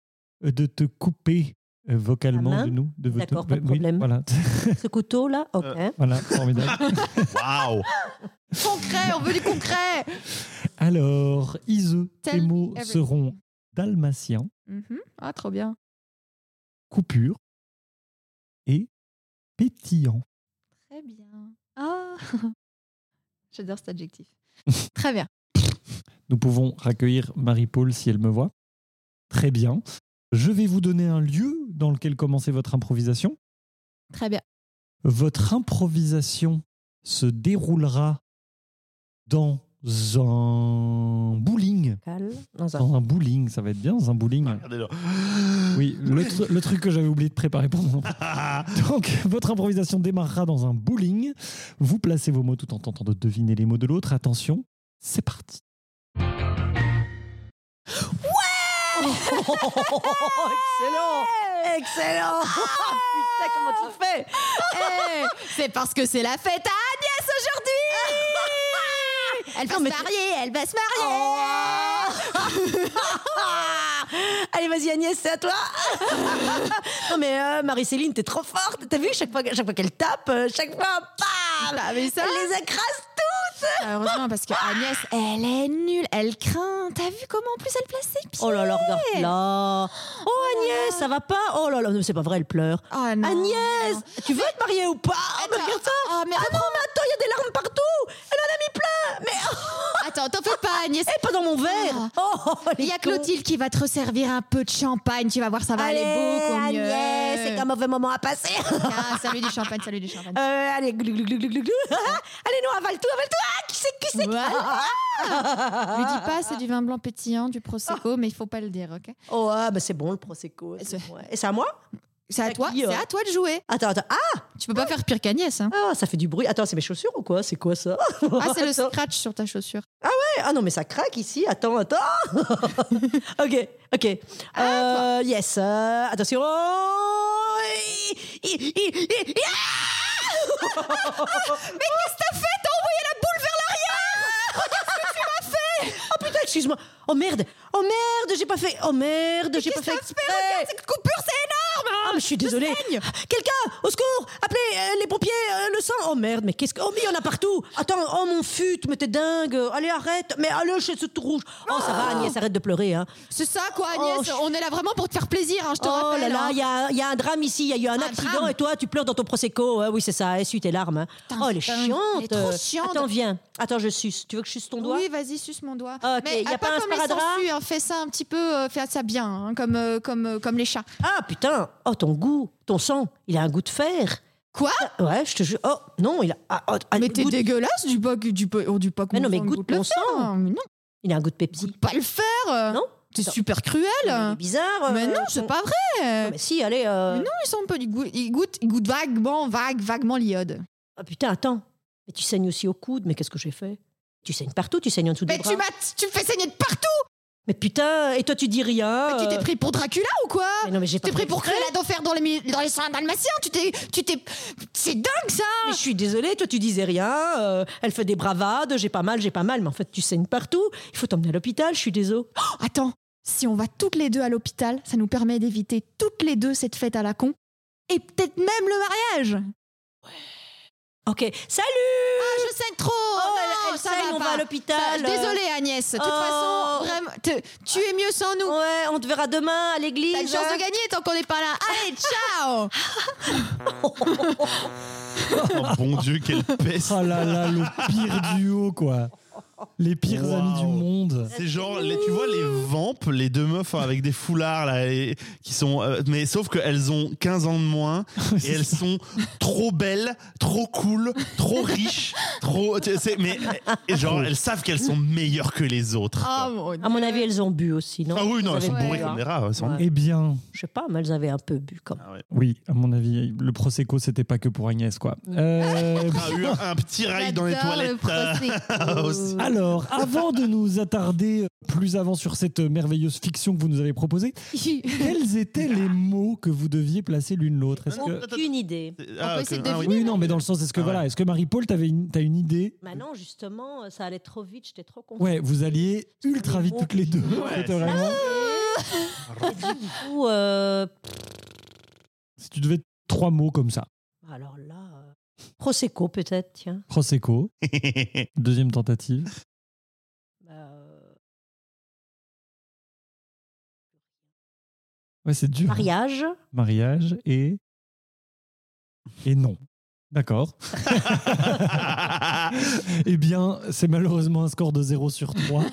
[SPEAKER 2] euh, de te couper euh, vocalement
[SPEAKER 4] La main
[SPEAKER 2] de nous. De votre- bah,
[SPEAKER 4] D'accord, pas de
[SPEAKER 2] Oui,
[SPEAKER 4] problème.
[SPEAKER 2] Voilà,
[SPEAKER 4] Ce couteau-là, ok.
[SPEAKER 3] Euh.
[SPEAKER 2] voilà formidable.
[SPEAKER 3] Waouh
[SPEAKER 1] Concret, on veut du concret.
[SPEAKER 2] Alors, Ise, tes
[SPEAKER 1] Tell me
[SPEAKER 2] mots
[SPEAKER 1] everything.
[SPEAKER 2] seront dalmatien,
[SPEAKER 1] Mhm. Ah, trop bien.
[SPEAKER 2] coupure et pétillant.
[SPEAKER 1] Très bien. Ah, j'adore cet adjectif. Très bien.
[SPEAKER 2] Nous pouvons accueillir Marie-Paul si elle me voit. Très bien. Je vais vous donner un lieu dans lequel commencer votre improvisation.
[SPEAKER 1] Très bien.
[SPEAKER 2] Votre improvisation se déroulera dans un bowling.
[SPEAKER 4] Calme. Dans un-
[SPEAKER 2] Dans un bowling, ça va être bien, dans un bowling.
[SPEAKER 3] Regardez-le.
[SPEAKER 2] Oui, le, tru- le truc que j'avais oublié de préparer pour mon
[SPEAKER 3] Ah,
[SPEAKER 2] Donc, votre improvisation démarrera dans un bowling. Vous placez vos mots tout en tentant de deviner les mots de l'autre. Attention, c'est parti.
[SPEAKER 4] excellent Excellent Putain, comment tu fais
[SPEAKER 1] Eh, c'est parce que c'est la fête hein. à Agnès aujourd'hui. Elle va
[SPEAKER 4] Non, mais
[SPEAKER 1] se marier, elle va se marier.
[SPEAKER 4] Ah. Allez, vas-y Agnès, c'est à toi Non mais euh, Marie-Céline, t'es trop forte T'as vu, chaque fois, chaque fois qu'elle tape, euh, chaque fois, bam
[SPEAKER 1] Ah, mais ça,
[SPEAKER 4] Elle les écrase
[SPEAKER 1] malheureusement, parce que Agnès, elle est nulle, elle craint. T'as vu comment en plus elle place ses pieds
[SPEAKER 4] Oh là là, regarde là Oh Agnès, ça va pas Oh là là, non, c'est pas vrai, elle pleure
[SPEAKER 1] Oh non.
[SPEAKER 4] Agnès, tu veux être mariée ou pas Oh, mais Regarde ça
[SPEAKER 1] Oh, mais
[SPEAKER 4] Ah non, mais attends, il y a des larmes partout Elle en a mis plein Mais
[SPEAKER 1] attends, t'en fais pas, Agnès.
[SPEAKER 4] Eh, pas dans mon verre Oh, les
[SPEAKER 1] Ah. Il y a
[SPEAKER 4] cons.
[SPEAKER 1] Clotilde qui va te resservir un peu de champagne. Tu vas voir, ça va
[SPEAKER 4] allez,
[SPEAKER 1] aller beaucoup mieux.
[SPEAKER 4] Agnès, c'est un mauvais moment à passer
[SPEAKER 1] Ah, salut du champagne, salut du champagne.
[SPEAKER 4] Euh, Allez, glou, glou, glou, glou, glou, glou. Allez, non, avale tout, avale tout Ah, qui c'est, qui Ah. c'est qui-
[SPEAKER 1] Voilà.
[SPEAKER 4] Ah.
[SPEAKER 1] Lui dis pas, c'est du vin blanc pétillant, du prosecco, mais il faut pas le dire, ok
[SPEAKER 4] Oh, ah, bah c'est bon, le Prosecco. c'est
[SPEAKER 1] C'est-
[SPEAKER 4] bon, ouais. Et c'est à moi
[SPEAKER 1] C'est à
[SPEAKER 4] À
[SPEAKER 1] toi,
[SPEAKER 4] qui,
[SPEAKER 1] c'est
[SPEAKER 4] euh
[SPEAKER 1] à toi de jouer.
[SPEAKER 4] Attends, attends. Ah,
[SPEAKER 1] Tu peux pas faire pire qu'Agnès. Hein.
[SPEAKER 4] ah, ça fait du bruit. Attends, c'est mes chaussures ou quoi C'est quoi ça
[SPEAKER 1] Ah, c'est le
[SPEAKER 4] Attends.
[SPEAKER 1] scratch sur ta chaussure.
[SPEAKER 4] Ah non, mais ça craque ici. Attends, attends. ok, ok. Euh, yes. euh, attention. I- I- I- I- I- Ah putain, excuse-moi. Oh merde. Oh merde, j'ai pas fait. Oh merde, j'ai pas fait exprès.
[SPEAKER 1] cette coupure, c'est énorme
[SPEAKER 4] Ah, mais je suis désolée. Quelqu'un, au secours, appelez euh, les pompiers, euh, le sang. Oh merde, mais qu'est-ce que. Oh, mais il y en a partout. Attends, oh mon fut, mais t'es dingue. Allez, arrête. Mais allez, chez ce tout rouge. Oh, ça va, Agnès, arrête de pleurer. Hein.
[SPEAKER 1] C'est ça, quoi, Agnès
[SPEAKER 4] Oh, je-
[SPEAKER 1] On est là vraiment pour te faire plaisir, hein, je te
[SPEAKER 4] oh
[SPEAKER 1] rappelle.
[SPEAKER 4] là là,
[SPEAKER 1] hein.
[SPEAKER 4] il y a- il y, a un drame ici, il y a eu un,
[SPEAKER 1] Un
[SPEAKER 4] accident
[SPEAKER 1] drame.
[SPEAKER 4] et toi, tu pleures dans ton Prosecco. Ouais, oui, c'est ça, essuie tes larmes. hein.
[SPEAKER 1] Putain,
[SPEAKER 4] oh, elle est
[SPEAKER 1] putain,
[SPEAKER 4] chiante.
[SPEAKER 1] elle est trop chiante.
[SPEAKER 4] Attends, viens. Attends, je suce. Tu veux que je suce ton doigt
[SPEAKER 1] Oui, vas-y, suce mon doigt.
[SPEAKER 4] Ah, ok,
[SPEAKER 1] Mais
[SPEAKER 4] y a
[SPEAKER 1] ah,
[SPEAKER 4] pas un
[SPEAKER 1] comme les
[SPEAKER 4] sparadrap
[SPEAKER 1] sangsues, hein, fais ça un petit peu, euh, fais ça bien, hein, comme, euh, comme, euh, comme les chats.
[SPEAKER 4] Ah putain, oh ton goût, ton sang, il a un goût de fer.
[SPEAKER 1] Quoi
[SPEAKER 4] Ah, Ouais, je te jure. Oh non, il a. ah, oh, ah,
[SPEAKER 1] Mais
[SPEAKER 4] le
[SPEAKER 1] t'es
[SPEAKER 4] goût de-
[SPEAKER 1] dégueulasse du pas que- du pas, oh, du pas que
[SPEAKER 4] Mais non,
[SPEAKER 1] mon
[SPEAKER 4] mais
[SPEAKER 1] sang me
[SPEAKER 4] goûte
[SPEAKER 1] le
[SPEAKER 4] mon
[SPEAKER 1] faire,
[SPEAKER 4] sang.
[SPEAKER 1] hein, mais non,
[SPEAKER 4] Il a un goût de Pepsi.
[SPEAKER 1] goûte pas le faire. euh.
[SPEAKER 4] Non.
[SPEAKER 1] T'es
[SPEAKER 4] Attends.
[SPEAKER 1] super
[SPEAKER 4] Mais il est
[SPEAKER 1] cruel.
[SPEAKER 4] bizarre.
[SPEAKER 1] Mais
[SPEAKER 4] euh,
[SPEAKER 1] non,
[SPEAKER 4] son-
[SPEAKER 1] c'est pas vrai.
[SPEAKER 4] Non, mais si, allez. euh,
[SPEAKER 1] Mais non, ils sont un peu du goût. Ils goûtent, ils goûtent vaguement, vague, vaguement l'iode.
[SPEAKER 4] Ah putain, attends. Mais tu saignes aussi au coude, mais qu'est-ce que j'ai fait Tu saignes partout, tu saignes en dessous des
[SPEAKER 1] Mais
[SPEAKER 4] bras.
[SPEAKER 1] tu, m'as- tu me fais saigner de partout
[SPEAKER 4] Mais putain, et toi tu dis rien.
[SPEAKER 5] Mais tu t'es
[SPEAKER 4] euh,
[SPEAKER 5] pris pour Dracula ou quoi
[SPEAKER 4] mais non, mais j'ai
[SPEAKER 5] T'es
[SPEAKER 4] pas
[SPEAKER 5] pris pour
[SPEAKER 4] fait exprès.
[SPEAKER 5] Cruella d'enfer dans les, mi- dans les serins dalmatiens Tu t'es. Tu t'es. C'est dingue ça
[SPEAKER 4] Mais je suis désolée, toi tu disais rien, euh, elle fait des bravades, j'ai pas mal, j'ai pas mal, mais en fait tu saignes partout, il faut t'emmener à l'hôpital, je suis désolée.
[SPEAKER 5] Oh, Attends, si on va toutes les deux à l'hôpital, ça nous permet d'éviter toutes les deux cette fête à la con. Et peut-être même le mariage
[SPEAKER 4] Ok, salut
[SPEAKER 5] Ah, je saigne trop
[SPEAKER 4] Oh,
[SPEAKER 5] non,
[SPEAKER 4] elle, elle
[SPEAKER 5] ça
[SPEAKER 4] saigne,
[SPEAKER 5] va
[SPEAKER 4] on
[SPEAKER 5] pas.
[SPEAKER 4] va à l'hôpital.
[SPEAKER 5] Bah, Désolée Agnès, de toute
[SPEAKER 4] Oh.
[SPEAKER 5] façon, vraiment, te- tu es mieux sans nous.
[SPEAKER 4] euh. Ouais, on te verra demain à l'église.
[SPEAKER 5] T'as une chance
[SPEAKER 4] hein.
[SPEAKER 5] de gagner tant qu'on n'est pas là. Allez, ciao
[SPEAKER 3] Oh bon Dieu, quelle peste
[SPEAKER 2] Oh là là, le pire duo, quoi. Les pires
[SPEAKER 3] Wow.
[SPEAKER 2] amis du monde.
[SPEAKER 3] C'est genre, les- tu vois, les vampes, les deux meufs hein, avec des foulards, là, et- qui sont. euh, mais sauf qu'elles ont 15 ans de moins, et elles sont trop belles, trop cool, trop riches, trop. tu sais, mais euh, et genre, elles savent qu'elles sont meilleures que les autres.
[SPEAKER 5] Ah
[SPEAKER 3] quoi.
[SPEAKER 5] mon dieu
[SPEAKER 4] À mon avis, elles ont bu aussi, non
[SPEAKER 3] Ah oui, non, elles sont
[SPEAKER 4] avaient
[SPEAKER 3] bourrées
[SPEAKER 4] bu,
[SPEAKER 3] comme
[SPEAKER 4] hein.
[SPEAKER 3] des rats, ouais, sans
[SPEAKER 4] Ouais.
[SPEAKER 3] doute.
[SPEAKER 2] Eh bien,
[SPEAKER 4] Je sais pas, mais elles avaient un peu bu quand même.
[SPEAKER 2] oui, à mon avis, le Prosecco, c'était pas que pour Agnès, quoi.
[SPEAKER 4] Mm.
[SPEAKER 2] Euh,
[SPEAKER 3] Ah, eu un, un petit rail dans les
[SPEAKER 5] J'adore
[SPEAKER 3] toilettes.
[SPEAKER 5] le
[SPEAKER 3] euh,
[SPEAKER 5] Prosecco.
[SPEAKER 3] aussi.
[SPEAKER 2] alors, avant de nous attarder plus avant sur cette merveilleuse fiction que vous nous avez proposée, quels étaient les mots que vous deviez placer l'une l'autre Est-ce que...
[SPEAKER 4] Aucune idée.
[SPEAKER 3] Ah, ok.
[SPEAKER 5] peut essayer de
[SPEAKER 3] Ah, oui.
[SPEAKER 5] deviner.
[SPEAKER 2] Oui, non, mais dans le sens, est-ce que
[SPEAKER 3] Ah ouais.
[SPEAKER 2] voilà, est-ce que Marie-Paul, t'avais une, t'as une idée
[SPEAKER 4] Bah non, justement, ça allait trop vite, j'étais trop contente.
[SPEAKER 2] Ouais, vous alliez ultra vite toutes les deux.
[SPEAKER 3] Ouais,
[SPEAKER 2] C'était
[SPEAKER 3] c'est
[SPEAKER 2] vraiment-
[SPEAKER 4] Du coup, euh,
[SPEAKER 2] Si tu devais trois mots comme ça,
[SPEAKER 4] alors là, euh, Prosecco peut-être, tiens.
[SPEAKER 2] Prosecco, deuxième tentative.
[SPEAKER 4] Bah, euh,
[SPEAKER 2] Ouais, c'est dur.
[SPEAKER 4] mariage.
[SPEAKER 2] Mariage et et non. D'accord. eh bien, c'est malheureusement un score de 0 sur 3.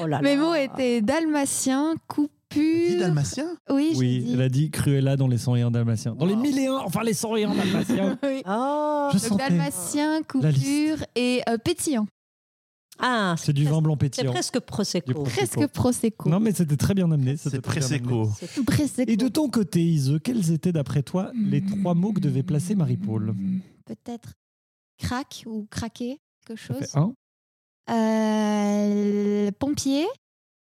[SPEAKER 4] Oh là
[SPEAKER 5] Mes
[SPEAKER 4] là.
[SPEAKER 5] mots étaient dalmatien, coupure.
[SPEAKER 3] Dis dalmatien
[SPEAKER 5] Oui, j'ai
[SPEAKER 2] Oui,
[SPEAKER 5] dit.
[SPEAKER 2] elle a dit Cruella dans les 101 dalmatiens. Dans les 1001, enfin les 101 dalmatiens.
[SPEAKER 5] Oui.
[SPEAKER 4] Oh.
[SPEAKER 2] Je
[SPEAKER 5] Donc
[SPEAKER 2] sentais.
[SPEAKER 5] dalmatien, coupure et euh, pétillant.
[SPEAKER 4] Ah,
[SPEAKER 2] C'est du vin blanc
[SPEAKER 4] c'est
[SPEAKER 2] pétillant.
[SPEAKER 4] presque
[SPEAKER 2] Du
[SPEAKER 4] Prosecco.
[SPEAKER 2] Prosecco.
[SPEAKER 5] Presque Prosecco.
[SPEAKER 2] Non, mais c'était très bien amené. c'était
[SPEAKER 3] C'est
[SPEAKER 2] très bien amené.
[SPEAKER 3] Presecco.
[SPEAKER 4] C'est-
[SPEAKER 5] Prosecco.
[SPEAKER 2] Et de ton côté, Ise, quels étaient d'après toi les trois mots que devait placer Marie-Paul
[SPEAKER 5] Peut-être crack ou craquer, quelque
[SPEAKER 2] Ça
[SPEAKER 5] chose.
[SPEAKER 2] fait un.
[SPEAKER 5] Euh, pompier.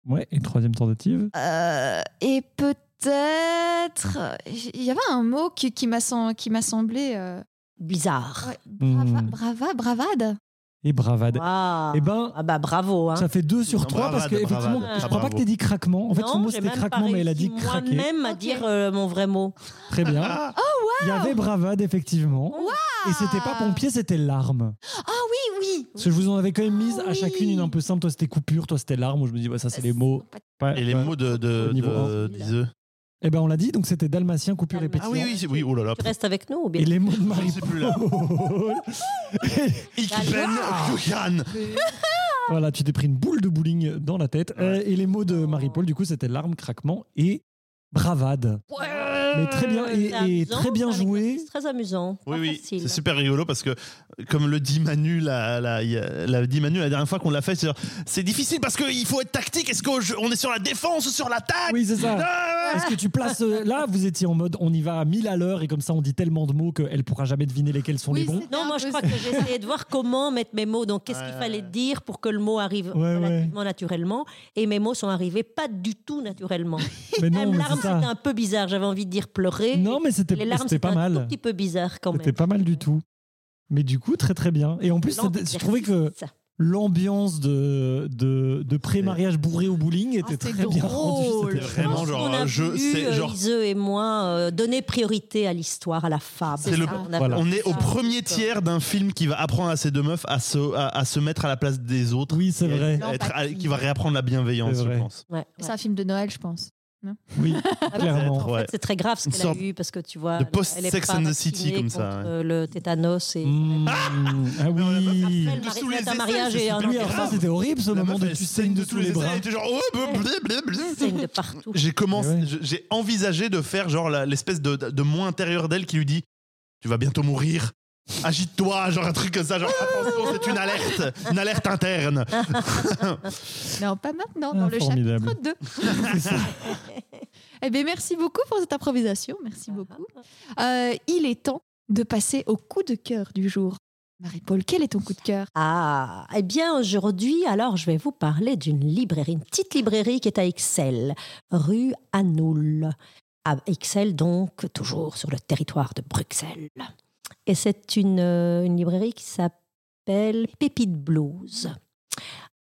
[SPEAKER 2] Ouais, et troisième tentative.
[SPEAKER 5] Euh, et peut-être. Il y avait un mot qui, qui m'a sem- qui m'a semblé. euh,
[SPEAKER 4] Bizarre.
[SPEAKER 5] ouais, brava,
[SPEAKER 2] Hmm.
[SPEAKER 5] brava, bravade.
[SPEAKER 2] Et bravade.
[SPEAKER 4] Waouh.
[SPEAKER 2] Eh ben,
[SPEAKER 4] ah bah bravo. Hein.
[SPEAKER 2] Ça fait 2 sur
[SPEAKER 3] Non,
[SPEAKER 2] 3 parce
[SPEAKER 3] bravade,
[SPEAKER 2] que effectivement,
[SPEAKER 3] bravade.
[SPEAKER 2] je crois
[SPEAKER 3] Ah,
[SPEAKER 2] pas
[SPEAKER 3] bravo.
[SPEAKER 2] que t'aies dit craquement. En fait, son
[SPEAKER 4] Non,
[SPEAKER 2] mot
[SPEAKER 4] j'ai
[SPEAKER 2] c'était
[SPEAKER 4] même pas
[SPEAKER 2] craquement, mais elle a dit
[SPEAKER 4] réussi
[SPEAKER 2] craquer. Ah
[SPEAKER 4] Moi-même à
[SPEAKER 5] Ok.
[SPEAKER 4] dire euh, mon vrai mot.
[SPEAKER 2] Très bien. Il y avait bravade effectivement. Et c'était pas pompier, c'était larme.
[SPEAKER 5] Oui, oui.
[SPEAKER 2] Parce que je vous en avais quand même mise
[SPEAKER 4] Ah
[SPEAKER 2] à
[SPEAKER 5] Oui.
[SPEAKER 2] chacune une un peu simple. Toi c'était coupure, toi c'était larme. Où je me dis ouais,
[SPEAKER 4] Bah,
[SPEAKER 2] ça c'est les mots.
[SPEAKER 3] Et les mots de. de,
[SPEAKER 2] Au niveau
[SPEAKER 3] de-
[SPEAKER 4] un.
[SPEAKER 3] des œufs.
[SPEAKER 2] Et ben on l'a dit donc c'était dalmatien coupure et
[SPEAKER 4] Dalmatien.
[SPEAKER 2] pétillant.
[SPEAKER 3] Ah oui, oui, c'est- oui, oh là là.
[SPEAKER 4] Tu restes avec nous ou bien
[SPEAKER 2] Et les mots de Marie.
[SPEAKER 4] Ah.
[SPEAKER 3] C'est plus là.
[SPEAKER 2] Bah,
[SPEAKER 3] Ich bin Johan.
[SPEAKER 2] Ah, voilà, tu t'es pris une boule de bowling dans la tête. Euh, et les mots
[SPEAKER 4] Oh.
[SPEAKER 2] de Marie-Paul, du coup, c'était larme, craquement et bravade. Mais très bien
[SPEAKER 4] C'est
[SPEAKER 2] et, et
[SPEAKER 4] amusant,
[SPEAKER 2] très bien
[SPEAKER 4] c'est un
[SPEAKER 2] joué.
[SPEAKER 4] exercice Très amusant.
[SPEAKER 3] Oui,
[SPEAKER 4] Pas
[SPEAKER 3] oui,
[SPEAKER 4] facile.
[SPEAKER 3] c'est super rigolo parce que, comme le dit Manu, la, la, y a- la, dit Manu, la dernière fois qu'on l'a fait, c'est genre, c'est difficile parce qu'il faut être tactique. Est-ce qu'on est sur la défense ou sur l'attaque
[SPEAKER 2] Oui, c'est ça.
[SPEAKER 3] Ah,
[SPEAKER 2] Est-ce que tu places euh, là Vous étiez en mode on y va à 1000 à l'heure et comme ça on dit tellement de mots qu'elle pourra jamais deviner lesquels sont les
[SPEAKER 5] Oui,
[SPEAKER 2] bons.
[SPEAKER 5] c'était
[SPEAKER 4] Non,
[SPEAKER 5] un
[SPEAKER 4] moi je
[SPEAKER 5] peu
[SPEAKER 4] crois
[SPEAKER 5] ça.
[SPEAKER 4] que j'ai essayé de voir comment mettre mes mots. Donc, qu'est-ce qu'il
[SPEAKER 3] Ouais,
[SPEAKER 4] fallait
[SPEAKER 3] ouais.
[SPEAKER 4] dire pour que le mot arrive
[SPEAKER 2] Ouais,
[SPEAKER 4] relativement naturellement Et mes mots sont arrivés pas du tout naturellement.
[SPEAKER 2] Mais non,
[SPEAKER 4] Même
[SPEAKER 2] mais
[SPEAKER 4] larmes,
[SPEAKER 2] c'est
[SPEAKER 4] c'était
[SPEAKER 2] ça.
[SPEAKER 4] un peu bizarre. J'avais envie de dire pleurer.
[SPEAKER 2] Non, mais c'était
[SPEAKER 4] les larmes,
[SPEAKER 2] c'était
[SPEAKER 4] c'était
[SPEAKER 2] pas
[SPEAKER 4] un tout
[SPEAKER 2] mal.
[SPEAKER 4] petit peu bizarre quand même.
[SPEAKER 2] C'était pas mal du tout. Mais du coup, très très bien. Et en plus,
[SPEAKER 4] L'excellent
[SPEAKER 2] c'était- je trouvais que
[SPEAKER 4] exercice.
[SPEAKER 2] l'ambiance de, de, de pré-mariage bourré au bowling était
[SPEAKER 5] c'était
[SPEAKER 2] très bien rendue.
[SPEAKER 5] drôle.
[SPEAKER 2] C'était
[SPEAKER 3] Vraiment,
[SPEAKER 4] Je pense
[SPEAKER 3] genre,
[SPEAKER 4] qu'on a
[SPEAKER 3] un jeu,
[SPEAKER 4] voulu,
[SPEAKER 3] c'est
[SPEAKER 4] euh,
[SPEAKER 3] genre-
[SPEAKER 4] Iseu et moi euh, donner priorité à l'histoire, à la fable.
[SPEAKER 3] C'est le-
[SPEAKER 4] On a
[SPEAKER 2] Voilà. Ah,
[SPEAKER 4] fait
[SPEAKER 3] On est au
[SPEAKER 4] ça.
[SPEAKER 3] premier tiers d'un film qui va apprendre à ces deux meufs à se, à, à se mettre à la place des autres.
[SPEAKER 2] Oui, c'est
[SPEAKER 3] Et
[SPEAKER 2] vrai.
[SPEAKER 3] à être- à- qui va réapprendre la bienveillance,
[SPEAKER 2] C'est
[SPEAKER 3] je
[SPEAKER 2] vrai.
[SPEAKER 3] pense.
[SPEAKER 4] Ouais, ouais.
[SPEAKER 5] C'est un film de Noël, je pense.
[SPEAKER 2] Oui,
[SPEAKER 4] En
[SPEAKER 2] clairement.
[SPEAKER 4] fait,
[SPEAKER 3] Ouais.
[SPEAKER 4] c'est très grave ce
[SPEAKER 3] Une
[SPEAKER 4] qu'elle a
[SPEAKER 3] sorte
[SPEAKER 4] eu parce que tu
[SPEAKER 3] de
[SPEAKER 4] vois. elle- elle est
[SPEAKER 3] post-Sex
[SPEAKER 4] pas
[SPEAKER 3] and the
[SPEAKER 4] vaccinée
[SPEAKER 3] City comme ça,
[SPEAKER 4] contre, euh, Le tétanos et.
[SPEAKER 2] Mmh, ah oui.
[SPEAKER 4] Après, le mari-
[SPEAKER 3] Sous les
[SPEAKER 4] c'est un
[SPEAKER 3] aisselles,
[SPEAKER 4] mariage
[SPEAKER 3] c'est
[SPEAKER 4] et
[SPEAKER 3] super
[SPEAKER 2] Oui, alors ça
[SPEAKER 4] un enterrement.
[SPEAKER 3] grave.
[SPEAKER 2] c'était horrible ce
[SPEAKER 3] La
[SPEAKER 2] moment
[SPEAKER 3] meuf,
[SPEAKER 2] de
[SPEAKER 3] elle
[SPEAKER 2] tu
[SPEAKER 3] saigne
[SPEAKER 2] saignes de tous les
[SPEAKER 3] essais,
[SPEAKER 2] bras.
[SPEAKER 3] elle était genre, oh, bleu, bleu, bleu, bleu.
[SPEAKER 4] Saigne de partout.
[SPEAKER 3] j'ai commencé,
[SPEAKER 2] Mais ouais.
[SPEAKER 3] je- j'ai envisagé de faire genre la- l'espèce de, de moi intérieur d'elle qui lui dit Tu vas bientôt mourir, agite-toi, genre un truc comme ça, genre attention, c'est une alerte, une alerte interne.
[SPEAKER 5] Non, pas maintenant,
[SPEAKER 2] Ah,
[SPEAKER 5] dans le
[SPEAKER 2] formidable.
[SPEAKER 5] chapitre 2. Eh bien, merci beaucoup pour cette improvisation. Merci beaucoup. Euh, il est temps de passer au coup de cœur du jour. Marie-Paul, quel est ton coup de cœur
[SPEAKER 4] Ah, eh bien aujourd'hui, alors je vais vous parler d'une librairie, une petite librairie qui est à Excel, rue Anoul. À Excel donc, toujours sur le territoire de Bruxelles. Et c'est une, euh, une librairie qui s'appelle Pépite Blues.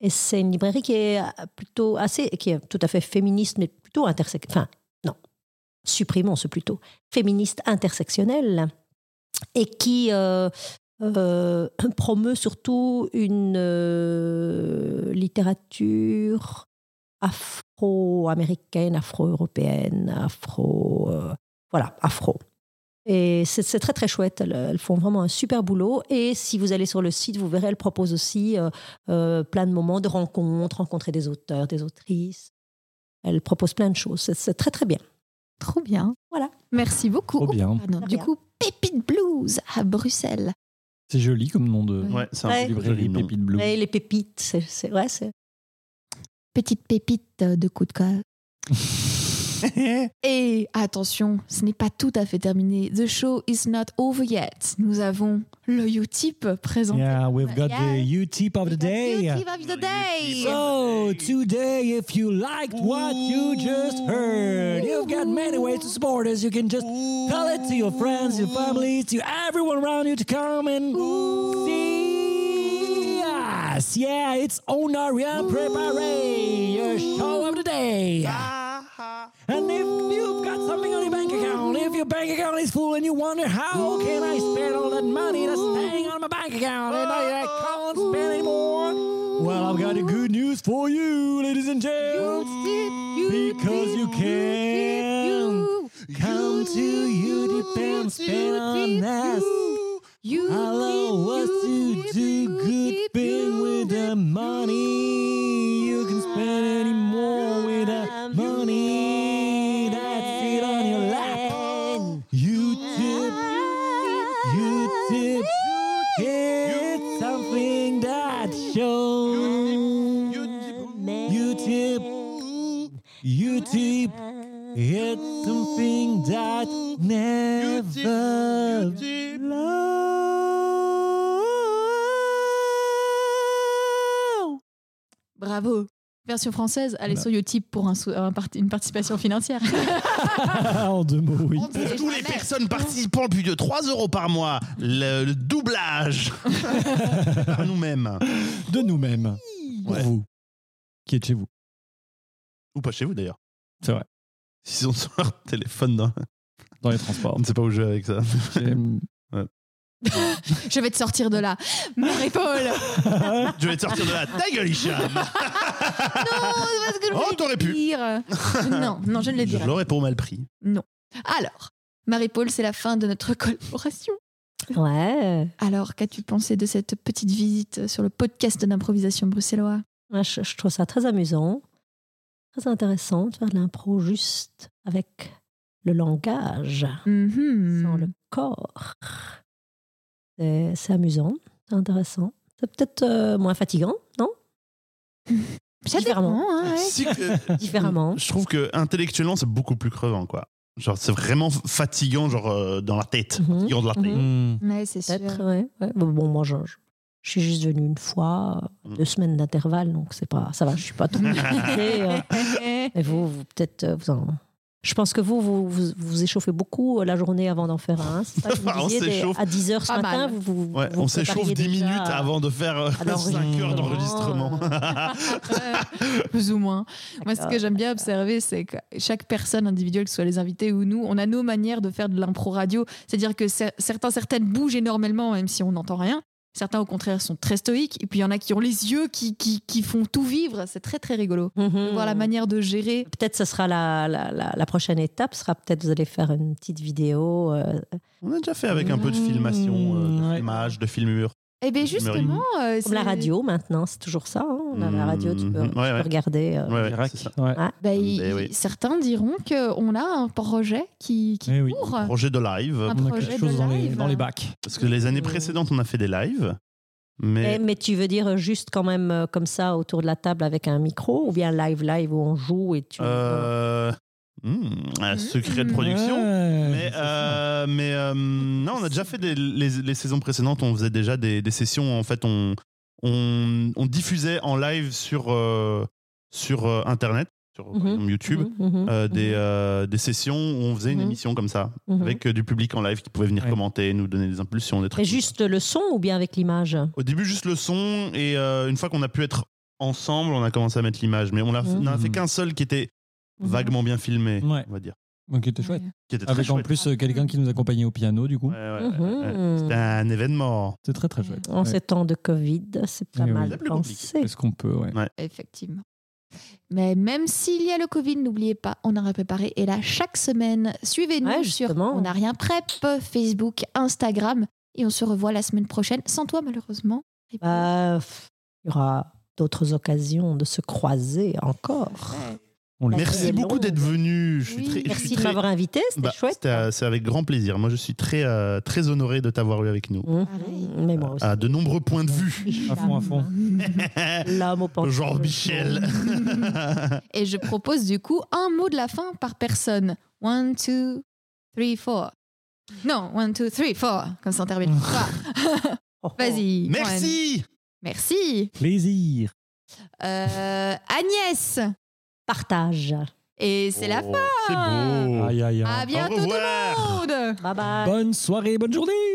[SPEAKER 4] Et c'est une librairie qui est euh, plutôt assez, qui est tout à fait féministe, mais plutôt intersect... Enfin, non, supprimons ce plutôt. Féministe intersectionnelle et qui euh, euh, promeut surtout une euh, littérature afro-américaine, afro-européenne, afro... euh, voilà, afro. Et c'est c'est très très chouette, elles, elles font vraiment un super boulot. Et si vous allez sur le site, vous verrez, elles proposent aussi euh, euh, plein de moments de rencontres, rencontrer des auteurs, des autrices. Elles proposent plein de choses, c'est- c'est très très bien.
[SPEAKER 5] Trop bien.
[SPEAKER 4] Voilà.
[SPEAKER 5] Merci beaucoup.
[SPEAKER 2] Trop bien.
[SPEAKER 5] Oh, pardon.
[SPEAKER 4] Très
[SPEAKER 5] Du
[SPEAKER 4] bien.
[SPEAKER 5] coup, Pépite Blues à Bruxelles.
[SPEAKER 2] C'est joli comme nom de
[SPEAKER 3] Ouais, c'est
[SPEAKER 4] Ouais.
[SPEAKER 3] un peu joli
[SPEAKER 2] librairie
[SPEAKER 3] nom.
[SPEAKER 2] Pépite Blue.
[SPEAKER 4] Et les pépites, c'est- c'est vrai, c'est
[SPEAKER 5] Petite pépite euh, de coup de cœur. Et attention, ce n'est pas tout à fait terminé. The show is not over yet. Nous avons le Utip présenté.
[SPEAKER 2] Yeah, we've got the
[SPEAKER 5] Yeah.
[SPEAKER 2] U-tip of the day.
[SPEAKER 5] Utip of
[SPEAKER 3] Le
[SPEAKER 5] the day.
[SPEAKER 3] Utip.
[SPEAKER 2] So, today, if you liked what you just heard, you've got many ways to support us. You can just tell it to your friends, your families, to everyone around you to come and see us. Yeah, it's Onaria Prepare, your show of the day. And if you've got something on your bank account, if your bank account is full and you wonder how can I spend all that money that's staying on my bank account and I, I can't spend anymore, well, I've got a good news for you, ladies and gents. Because you can come to you depend spend on us. Hello, what to do good thing with the money? You can spend any more with the money that's it on your lap. You tip, you tip, it's something that shows. You tip, you tip, it's something that Ah, never low.
[SPEAKER 5] Bravo. Version française, allez
[SPEAKER 2] Bah.
[SPEAKER 5] sur Utip pour un sou- un part- une participation financière.
[SPEAKER 2] en deux mots, oui.
[SPEAKER 5] sait
[SPEAKER 3] Toutes les
[SPEAKER 5] jamais.
[SPEAKER 3] personnes participant plus de 3 euros par mois, le, le doublage par nous-mêmes.
[SPEAKER 2] De nous-mêmes. Pour
[SPEAKER 3] Ouais.
[SPEAKER 2] vous. Qui êtes chez vous.
[SPEAKER 3] Ou pas chez vous d'ailleurs.
[SPEAKER 2] C'est vrai.
[SPEAKER 3] S'ils ont sur leur téléphone, dans-
[SPEAKER 2] Dans les transports.
[SPEAKER 3] on ne sait pas où jouer avec ça.
[SPEAKER 5] Je vais te sortir de là. Marie-Paul
[SPEAKER 3] Je vais te sortir de là, ta gueule, Hicham
[SPEAKER 5] parce que je
[SPEAKER 3] Oh,
[SPEAKER 5] voulais
[SPEAKER 3] t'aurais pu.
[SPEAKER 5] dire. Non, non, je ne le
[SPEAKER 3] Je
[SPEAKER 5] dirai.
[SPEAKER 3] l'aurais pour mal pris.
[SPEAKER 5] pas. Alors, Marie-Paul, c'est la fin de notre collaboration.
[SPEAKER 4] Ouais.
[SPEAKER 5] Alors, qu'as-tu pensé de cette petite visite sur le podcast d'improvisation bruxellois
[SPEAKER 4] Ouais, Je, je trouve ça très amusant, très intéressant de faire de l'impro juste avec le langage,
[SPEAKER 5] Mhm.
[SPEAKER 4] sans le corps. C'est c'est amusant, c'est intéressant. C'est peut-être euh, moins fatigant, non
[SPEAKER 5] Ça
[SPEAKER 4] Différemment.
[SPEAKER 5] dépend, hein, ouais.
[SPEAKER 3] Si que-
[SPEAKER 4] Différemment.
[SPEAKER 3] je trouve que intellectuellement, c'est beaucoup plus crevant, quoi. Genre, c'est vraiment fatigant, genre, euh, dans la tête.
[SPEAKER 4] Mhm.
[SPEAKER 3] Fatigant de la tête.
[SPEAKER 2] Mm.
[SPEAKER 5] Ouais, c'est sûr.
[SPEAKER 4] Peut-être, ouais, ouais. Bon, bon, moi, je, je- je suis juste venue une fois, euh,
[SPEAKER 3] Mm.
[SPEAKER 4] deux semaines d'intervalle, donc c'est pas, ça va, je suis pas trop fatiguée, euh. Et
[SPEAKER 3] Mhm.
[SPEAKER 4] vous, vous peut-être, euh, vous en- Je pense que vous, vous vous, vous échauffez beaucoup euh, la journée avant d'en faire un. C'est ça que vous
[SPEAKER 3] On
[SPEAKER 4] disiez, des-
[SPEAKER 3] s'échauffe.
[SPEAKER 4] à 10h ce
[SPEAKER 5] Pas
[SPEAKER 4] matin,
[SPEAKER 5] mal.
[SPEAKER 4] vous, vous-
[SPEAKER 3] Ouais,
[SPEAKER 4] vous
[SPEAKER 3] on s'échauffe
[SPEAKER 4] prépariez
[SPEAKER 3] 10
[SPEAKER 4] déjà
[SPEAKER 3] minutes
[SPEAKER 4] à-
[SPEAKER 3] avant de faire euh,
[SPEAKER 4] à l'enregistrement.
[SPEAKER 3] 5 heures d'enregistrement.
[SPEAKER 5] Plus ou moins. Moi, ce
[SPEAKER 4] D'accord.
[SPEAKER 5] que j'aime bien observer, c'est que chaque personne individuelle, que ce soit les invités ou nous, on a nos manières de faire de l'impro radio. C'est-à-dire que cer- certains, certaines bougent énormément, même si on n'entend rien. Certains, au contraire, sont très stoïques. Et puis, il y en a qui ont les yeux qui, qui, qui font tout vivre. C'est très, très rigolo.
[SPEAKER 4] Mhm.
[SPEAKER 5] De Voir la manière de gérer.
[SPEAKER 4] Peut-être ce sera la, la, la, la prochaine étape, sera peut-être vous allez faire une petite vidéo. euh,
[SPEAKER 3] On a déjà fait avec un peu de filmation, euh, de
[SPEAKER 2] Ouais.
[SPEAKER 3] filmage, de filmure.
[SPEAKER 5] Eh bien, justement, euh,
[SPEAKER 4] comme la
[SPEAKER 5] c'est-
[SPEAKER 4] radio maintenant, c'est toujours ça. hein. On a la
[SPEAKER 3] Mhm.
[SPEAKER 4] radio, tu peux,
[SPEAKER 3] Ouais,
[SPEAKER 4] tu peux
[SPEAKER 3] ouais.
[SPEAKER 4] regarder. euh,
[SPEAKER 3] Ouais, ouais, c'est ça.
[SPEAKER 5] Bah, il-
[SPEAKER 3] Ben oui.
[SPEAKER 5] Certains diront qu'on a un projet qui, qui
[SPEAKER 2] Eh oui.
[SPEAKER 5] court.
[SPEAKER 4] Ah.
[SPEAKER 3] Projet de live.
[SPEAKER 5] Un
[SPEAKER 2] On a
[SPEAKER 5] projet
[SPEAKER 2] quelque
[SPEAKER 5] de
[SPEAKER 2] chose dans les,
[SPEAKER 5] live.
[SPEAKER 2] dans les bacs.
[SPEAKER 3] Parce que les années précédentes, on a fait des lives.
[SPEAKER 4] Mais,
[SPEAKER 3] Mais
[SPEAKER 4] Eh, mais tu veux dire juste quand même euh, comme ça autour de la table avec un micro ou bien live live où on joue et tu Mm.
[SPEAKER 3] euh, hmm, un secret de production.
[SPEAKER 2] Ouais.
[SPEAKER 3] Mais Mais, euh, mais euh, non, on a déjà fait des- les, les saisons précédentes, on faisait déjà des, des sessions. En fait, on, on, on diffusait en live sur, euh, sur euh, Internet, sur par
[SPEAKER 4] Mhm.
[SPEAKER 3] exemple, YouTube, euh, des, euh, des sessions où on faisait une
[SPEAKER 4] Mhm.
[SPEAKER 3] émission comme ça,
[SPEAKER 4] Mhm.
[SPEAKER 3] avec euh, du public en live qui pouvait venir
[SPEAKER 2] Ouais.
[SPEAKER 3] commenter, nous donner des impulsions, des trucs.
[SPEAKER 4] Mais
[SPEAKER 3] comme ça.
[SPEAKER 4] juste le son ou bien avec l'image
[SPEAKER 3] Au début, juste le son, et euh, une fois qu'on a pu être ensemble, on a commencé à mettre l'image. Mais on n'a
[SPEAKER 4] Mhm.
[SPEAKER 3] fait qu'un seul qui était
[SPEAKER 4] Mmh.
[SPEAKER 3] vaguement bien filmé,
[SPEAKER 2] Ouais.
[SPEAKER 3] on va dire.
[SPEAKER 2] Donc, il était chouette.
[SPEAKER 3] Qui était très
[SPEAKER 2] Avec en
[SPEAKER 3] chouette.
[SPEAKER 2] plus euh, quelqu'un qui nous accompagnait au piano, du coup.
[SPEAKER 3] Ouais, ouais,
[SPEAKER 4] Mhm.
[SPEAKER 3] ouais, ouais. C'était un événement.
[SPEAKER 2] C'est très très chouette.
[SPEAKER 4] En
[SPEAKER 2] Ouais.
[SPEAKER 4] ces temps de Covid, c'est pas
[SPEAKER 2] Eh oui.
[SPEAKER 4] mal
[SPEAKER 3] C'est plus
[SPEAKER 4] pensé.
[SPEAKER 2] Est-ce qu'on peut, ouais.
[SPEAKER 5] Effectivement. Mais même s'il y a le Covid, n'oubliez pas, on aura préparé. Et là, chaque semaine, suivez-nous
[SPEAKER 4] Ouais,
[SPEAKER 5] sur
[SPEAKER 4] justement.
[SPEAKER 5] On n'a rien prep, Facebook, Instagram. Et on se revoit la semaine prochaine. Sans toi, malheureusement. Et puis-
[SPEAKER 4] Bah, pff, Il y aura d'autres occasions de se croiser encore.
[SPEAKER 5] Ouais.
[SPEAKER 2] On le-
[SPEAKER 4] Merci
[SPEAKER 3] Merci beaucoup
[SPEAKER 4] longue.
[SPEAKER 3] d'être venu. Je suis
[SPEAKER 5] Oui.
[SPEAKER 3] très, je suis
[SPEAKER 4] Merci de
[SPEAKER 3] très-
[SPEAKER 4] m'avoir invité, c'était
[SPEAKER 3] Bah,
[SPEAKER 4] chouette.
[SPEAKER 3] c'était, euh, C'est avec grand plaisir. Moi, je suis très, euh, très honoré de t'avoir eu avec nous.
[SPEAKER 4] Mhm.
[SPEAKER 5] Pareil.
[SPEAKER 4] Mais moi aussi.
[SPEAKER 3] À de nombreux points de vue.
[SPEAKER 2] Ah À fond, à fond.
[SPEAKER 4] L'homme au pantalon.
[SPEAKER 3] Genre Michel.
[SPEAKER 5] Et je propose du coup un mot de la fin par personne. One, two, three, four. Non, one, two, three, four. Comme ça, on termine. Voilà.
[SPEAKER 4] Oh, oh.
[SPEAKER 5] Vas-y. Juan.
[SPEAKER 3] Merci.
[SPEAKER 5] Merci.
[SPEAKER 2] Plaisir.
[SPEAKER 5] Euh, Agnès.
[SPEAKER 4] Partage.
[SPEAKER 5] Et c'est la fin.
[SPEAKER 3] Oh, C'est beau.
[SPEAKER 2] Aïe, aïe, aïe.
[SPEAKER 5] À bientôt
[SPEAKER 3] Au
[SPEAKER 5] tout
[SPEAKER 3] revoir.
[SPEAKER 5] le monde.
[SPEAKER 4] Bye bye.
[SPEAKER 2] Bonne soirée, bonne journée.